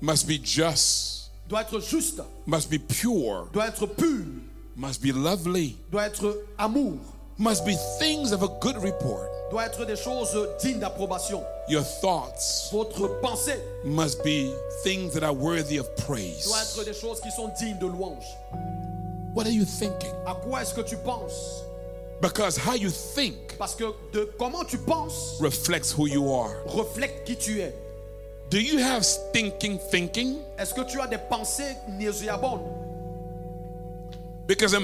A: must be just,
B: doivent être justes,
A: must be pure,
B: doivent être pures,
A: must be lovely,
B: doivent être amour,
A: must be things of a good report.
B: doivent être des choses dignes d'approbation.
A: Your thoughts
B: Votre pensée
A: must be things that are worthy of
B: doit être
A: praise.
B: des choses qui sont dignes de louange.
A: What are you thinking?
B: À quoi est-ce que tu penses
A: Because how you think
B: Parce que de comment tu penses
A: reflects who you are.
B: reflète qui tu es.
A: Do you have stinking thinking?
B: Est-ce que tu as des pensées nauséabondes
A: Because
B: Parce que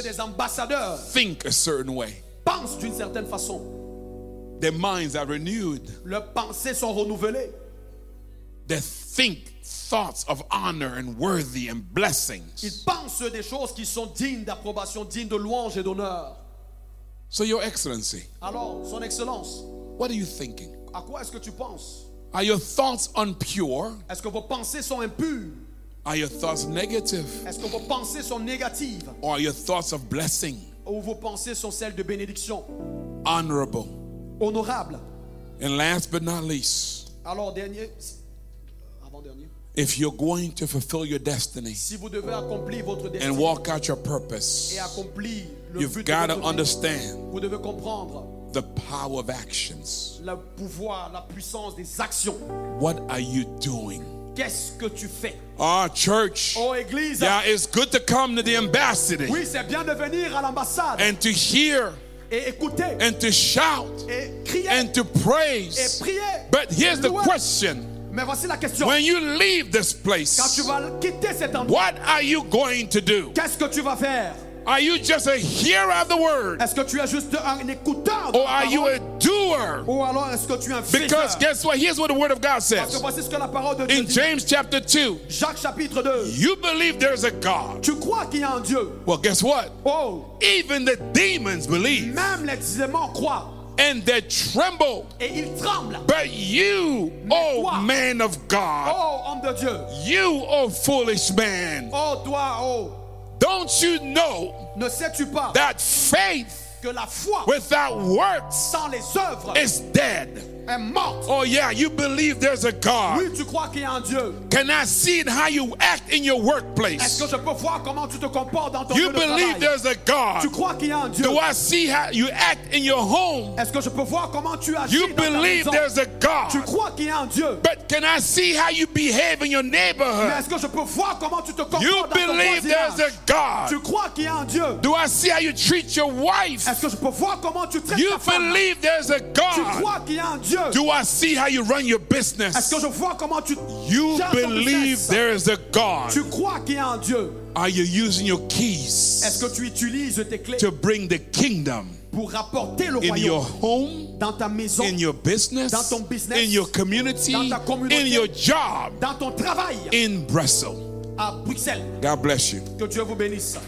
A: ambassadors
B: des ambassadeurs
A: think a certain way.
B: pensent d'une certaine façon.
A: Their minds are renewed.
B: Leurs pensées sont renouvelées.
A: They think thoughts of honor and worthy and blessings.
B: Ils pensent des choses qui sont dignes d'approbation, dignes de louange et d'honneur.
A: So, Your Excellency,
B: Alors, Son Excellence,
A: what are you thinking?
B: à quoi est-ce que tu penses
A: Are your thoughts unpure?
B: Est-ce que vos pensées sont impures
A: Are your thoughts negative?
B: Est-ce que vos pensées sont négatives
A: Or are your thoughts of blessing,
B: Ou vos pensées sont celles de bénédiction
A: honorable?
B: Honorable.
A: And last but not least,
B: Alors, dernier, avant dernier,
A: if you're going to fulfill your destiny
B: si vous devez accomplir votre
A: and
B: destinée
A: walk out your purpose,
B: et accomplir le
A: you've
B: but
A: got
B: de
A: to
B: votre vie,
A: understand
B: vous devez comprendre
A: the power of actions.
B: le pouvoir, la puissance des actions.
A: What are you doing?
B: Qu'est-ce que tu fais
A: Our church.
B: Oh, Église,
A: Yeah, it's good to come to the ambassador
B: oui, c'est bien de venir à l'ambassade
A: and to hear
B: et écouter
A: and to shout
B: et crier
A: and to
B: et
A: praise.
B: prier.
A: But here's the
B: Louer.
A: question
B: Mais voici la question.
A: when you leave this
B: Quand tu
A: place,
B: vas quitter cet endroit,
A: what are you going to do?
B: qu'est-ce que tu vas faire
A: Are you just a hearer of the word
B: Est-ce que tu es juste un écouteur de
A: or
B: la
A: are you a
B: parole?
A: doer?
B: Ou alors est-ce que tu es un faiseur
A: Because guess what? Here's what the word of God
B: Parce que
A: says
B: voici ce que la parole de Dieu
A: in
B: dit.
A: James chapter 2
B: Jacques chapitre 2.
A: you believe there's a God.
B: Tu crois qu'il y a un Dieu.
A: Well, guess what?
B: Oh,
A: Even the demons believe
B: même les éléments croient
A: and they tremble.
B: et ils tremblent.
A: But you, oh
B: toi.
A: man of God,
B: Oh, homme de Dieu.
A: you, oh foolish man,
B: Oh, toi, oh.
A: don't you know
B: Ne sais-tu pas
A: that faith
B: que la foi
A: without works
B: sans les œuvres
A: is dead?
B: est morte?
A: Oh, yeah, you believe there's a God.
B: Oui, tu crois qu'il y a un Dieu.
A: Can I see it how you act in your
B: Est-ce
A: workplace?
B: que je peux voir comment tu te comportes dans ton lieu
A: You
B: de
A: believe
B: travail?
A: there's a God.
B: Tu crois qu'il y a un Dieu.
A: Do I see how you act in your home?
B: Est-ce que je peux voir comment tu agis
A: You
B: dans ta
A: believe
B: maison?
A: there's a
B: Tu
A: God.
B: crois qu'il y a un Dieu.
A: But can I see how you behave in your
B: Mais
A: neighborhood?
B: est-ce que je peux voir comment tu te comportes
A: You
B: dans ton
A: believe there's a
B: voisinage?
A: God.
B: Tu crois qu'il y a un Dieu.
A: Do I see how you treat your wife?
B: Est-ce que je peux voir comment tu traites
A: You
B: ta femme?
A: believe there's a
B: Tu
A: God.
B: crois qu'il y a un Dieu.
A: Do I see how you run your
B: Est-ce
A: business?
B: que je vois comment tu
A: You
B: gères ton
A: believe
B: business?
A: there is a God.
B: Tu crois qu'il y a un Dieu.
A: Are you using your
B: Est-ce
A: keys
B: que tu utilises tes clés
A: to bring the kingdom
B: pour rapporter le
A: in your
B: royaume
A: home,
B: dans ta maison,
A: in your business,
B: Dans ton business,
A: in your community,
B: dans ta communauté,
A: in your job,
B: dans ton travail
A: in Brussels?
B: à Bruxelles?
A: God bless you.
B: Que Dieu vous bénisse.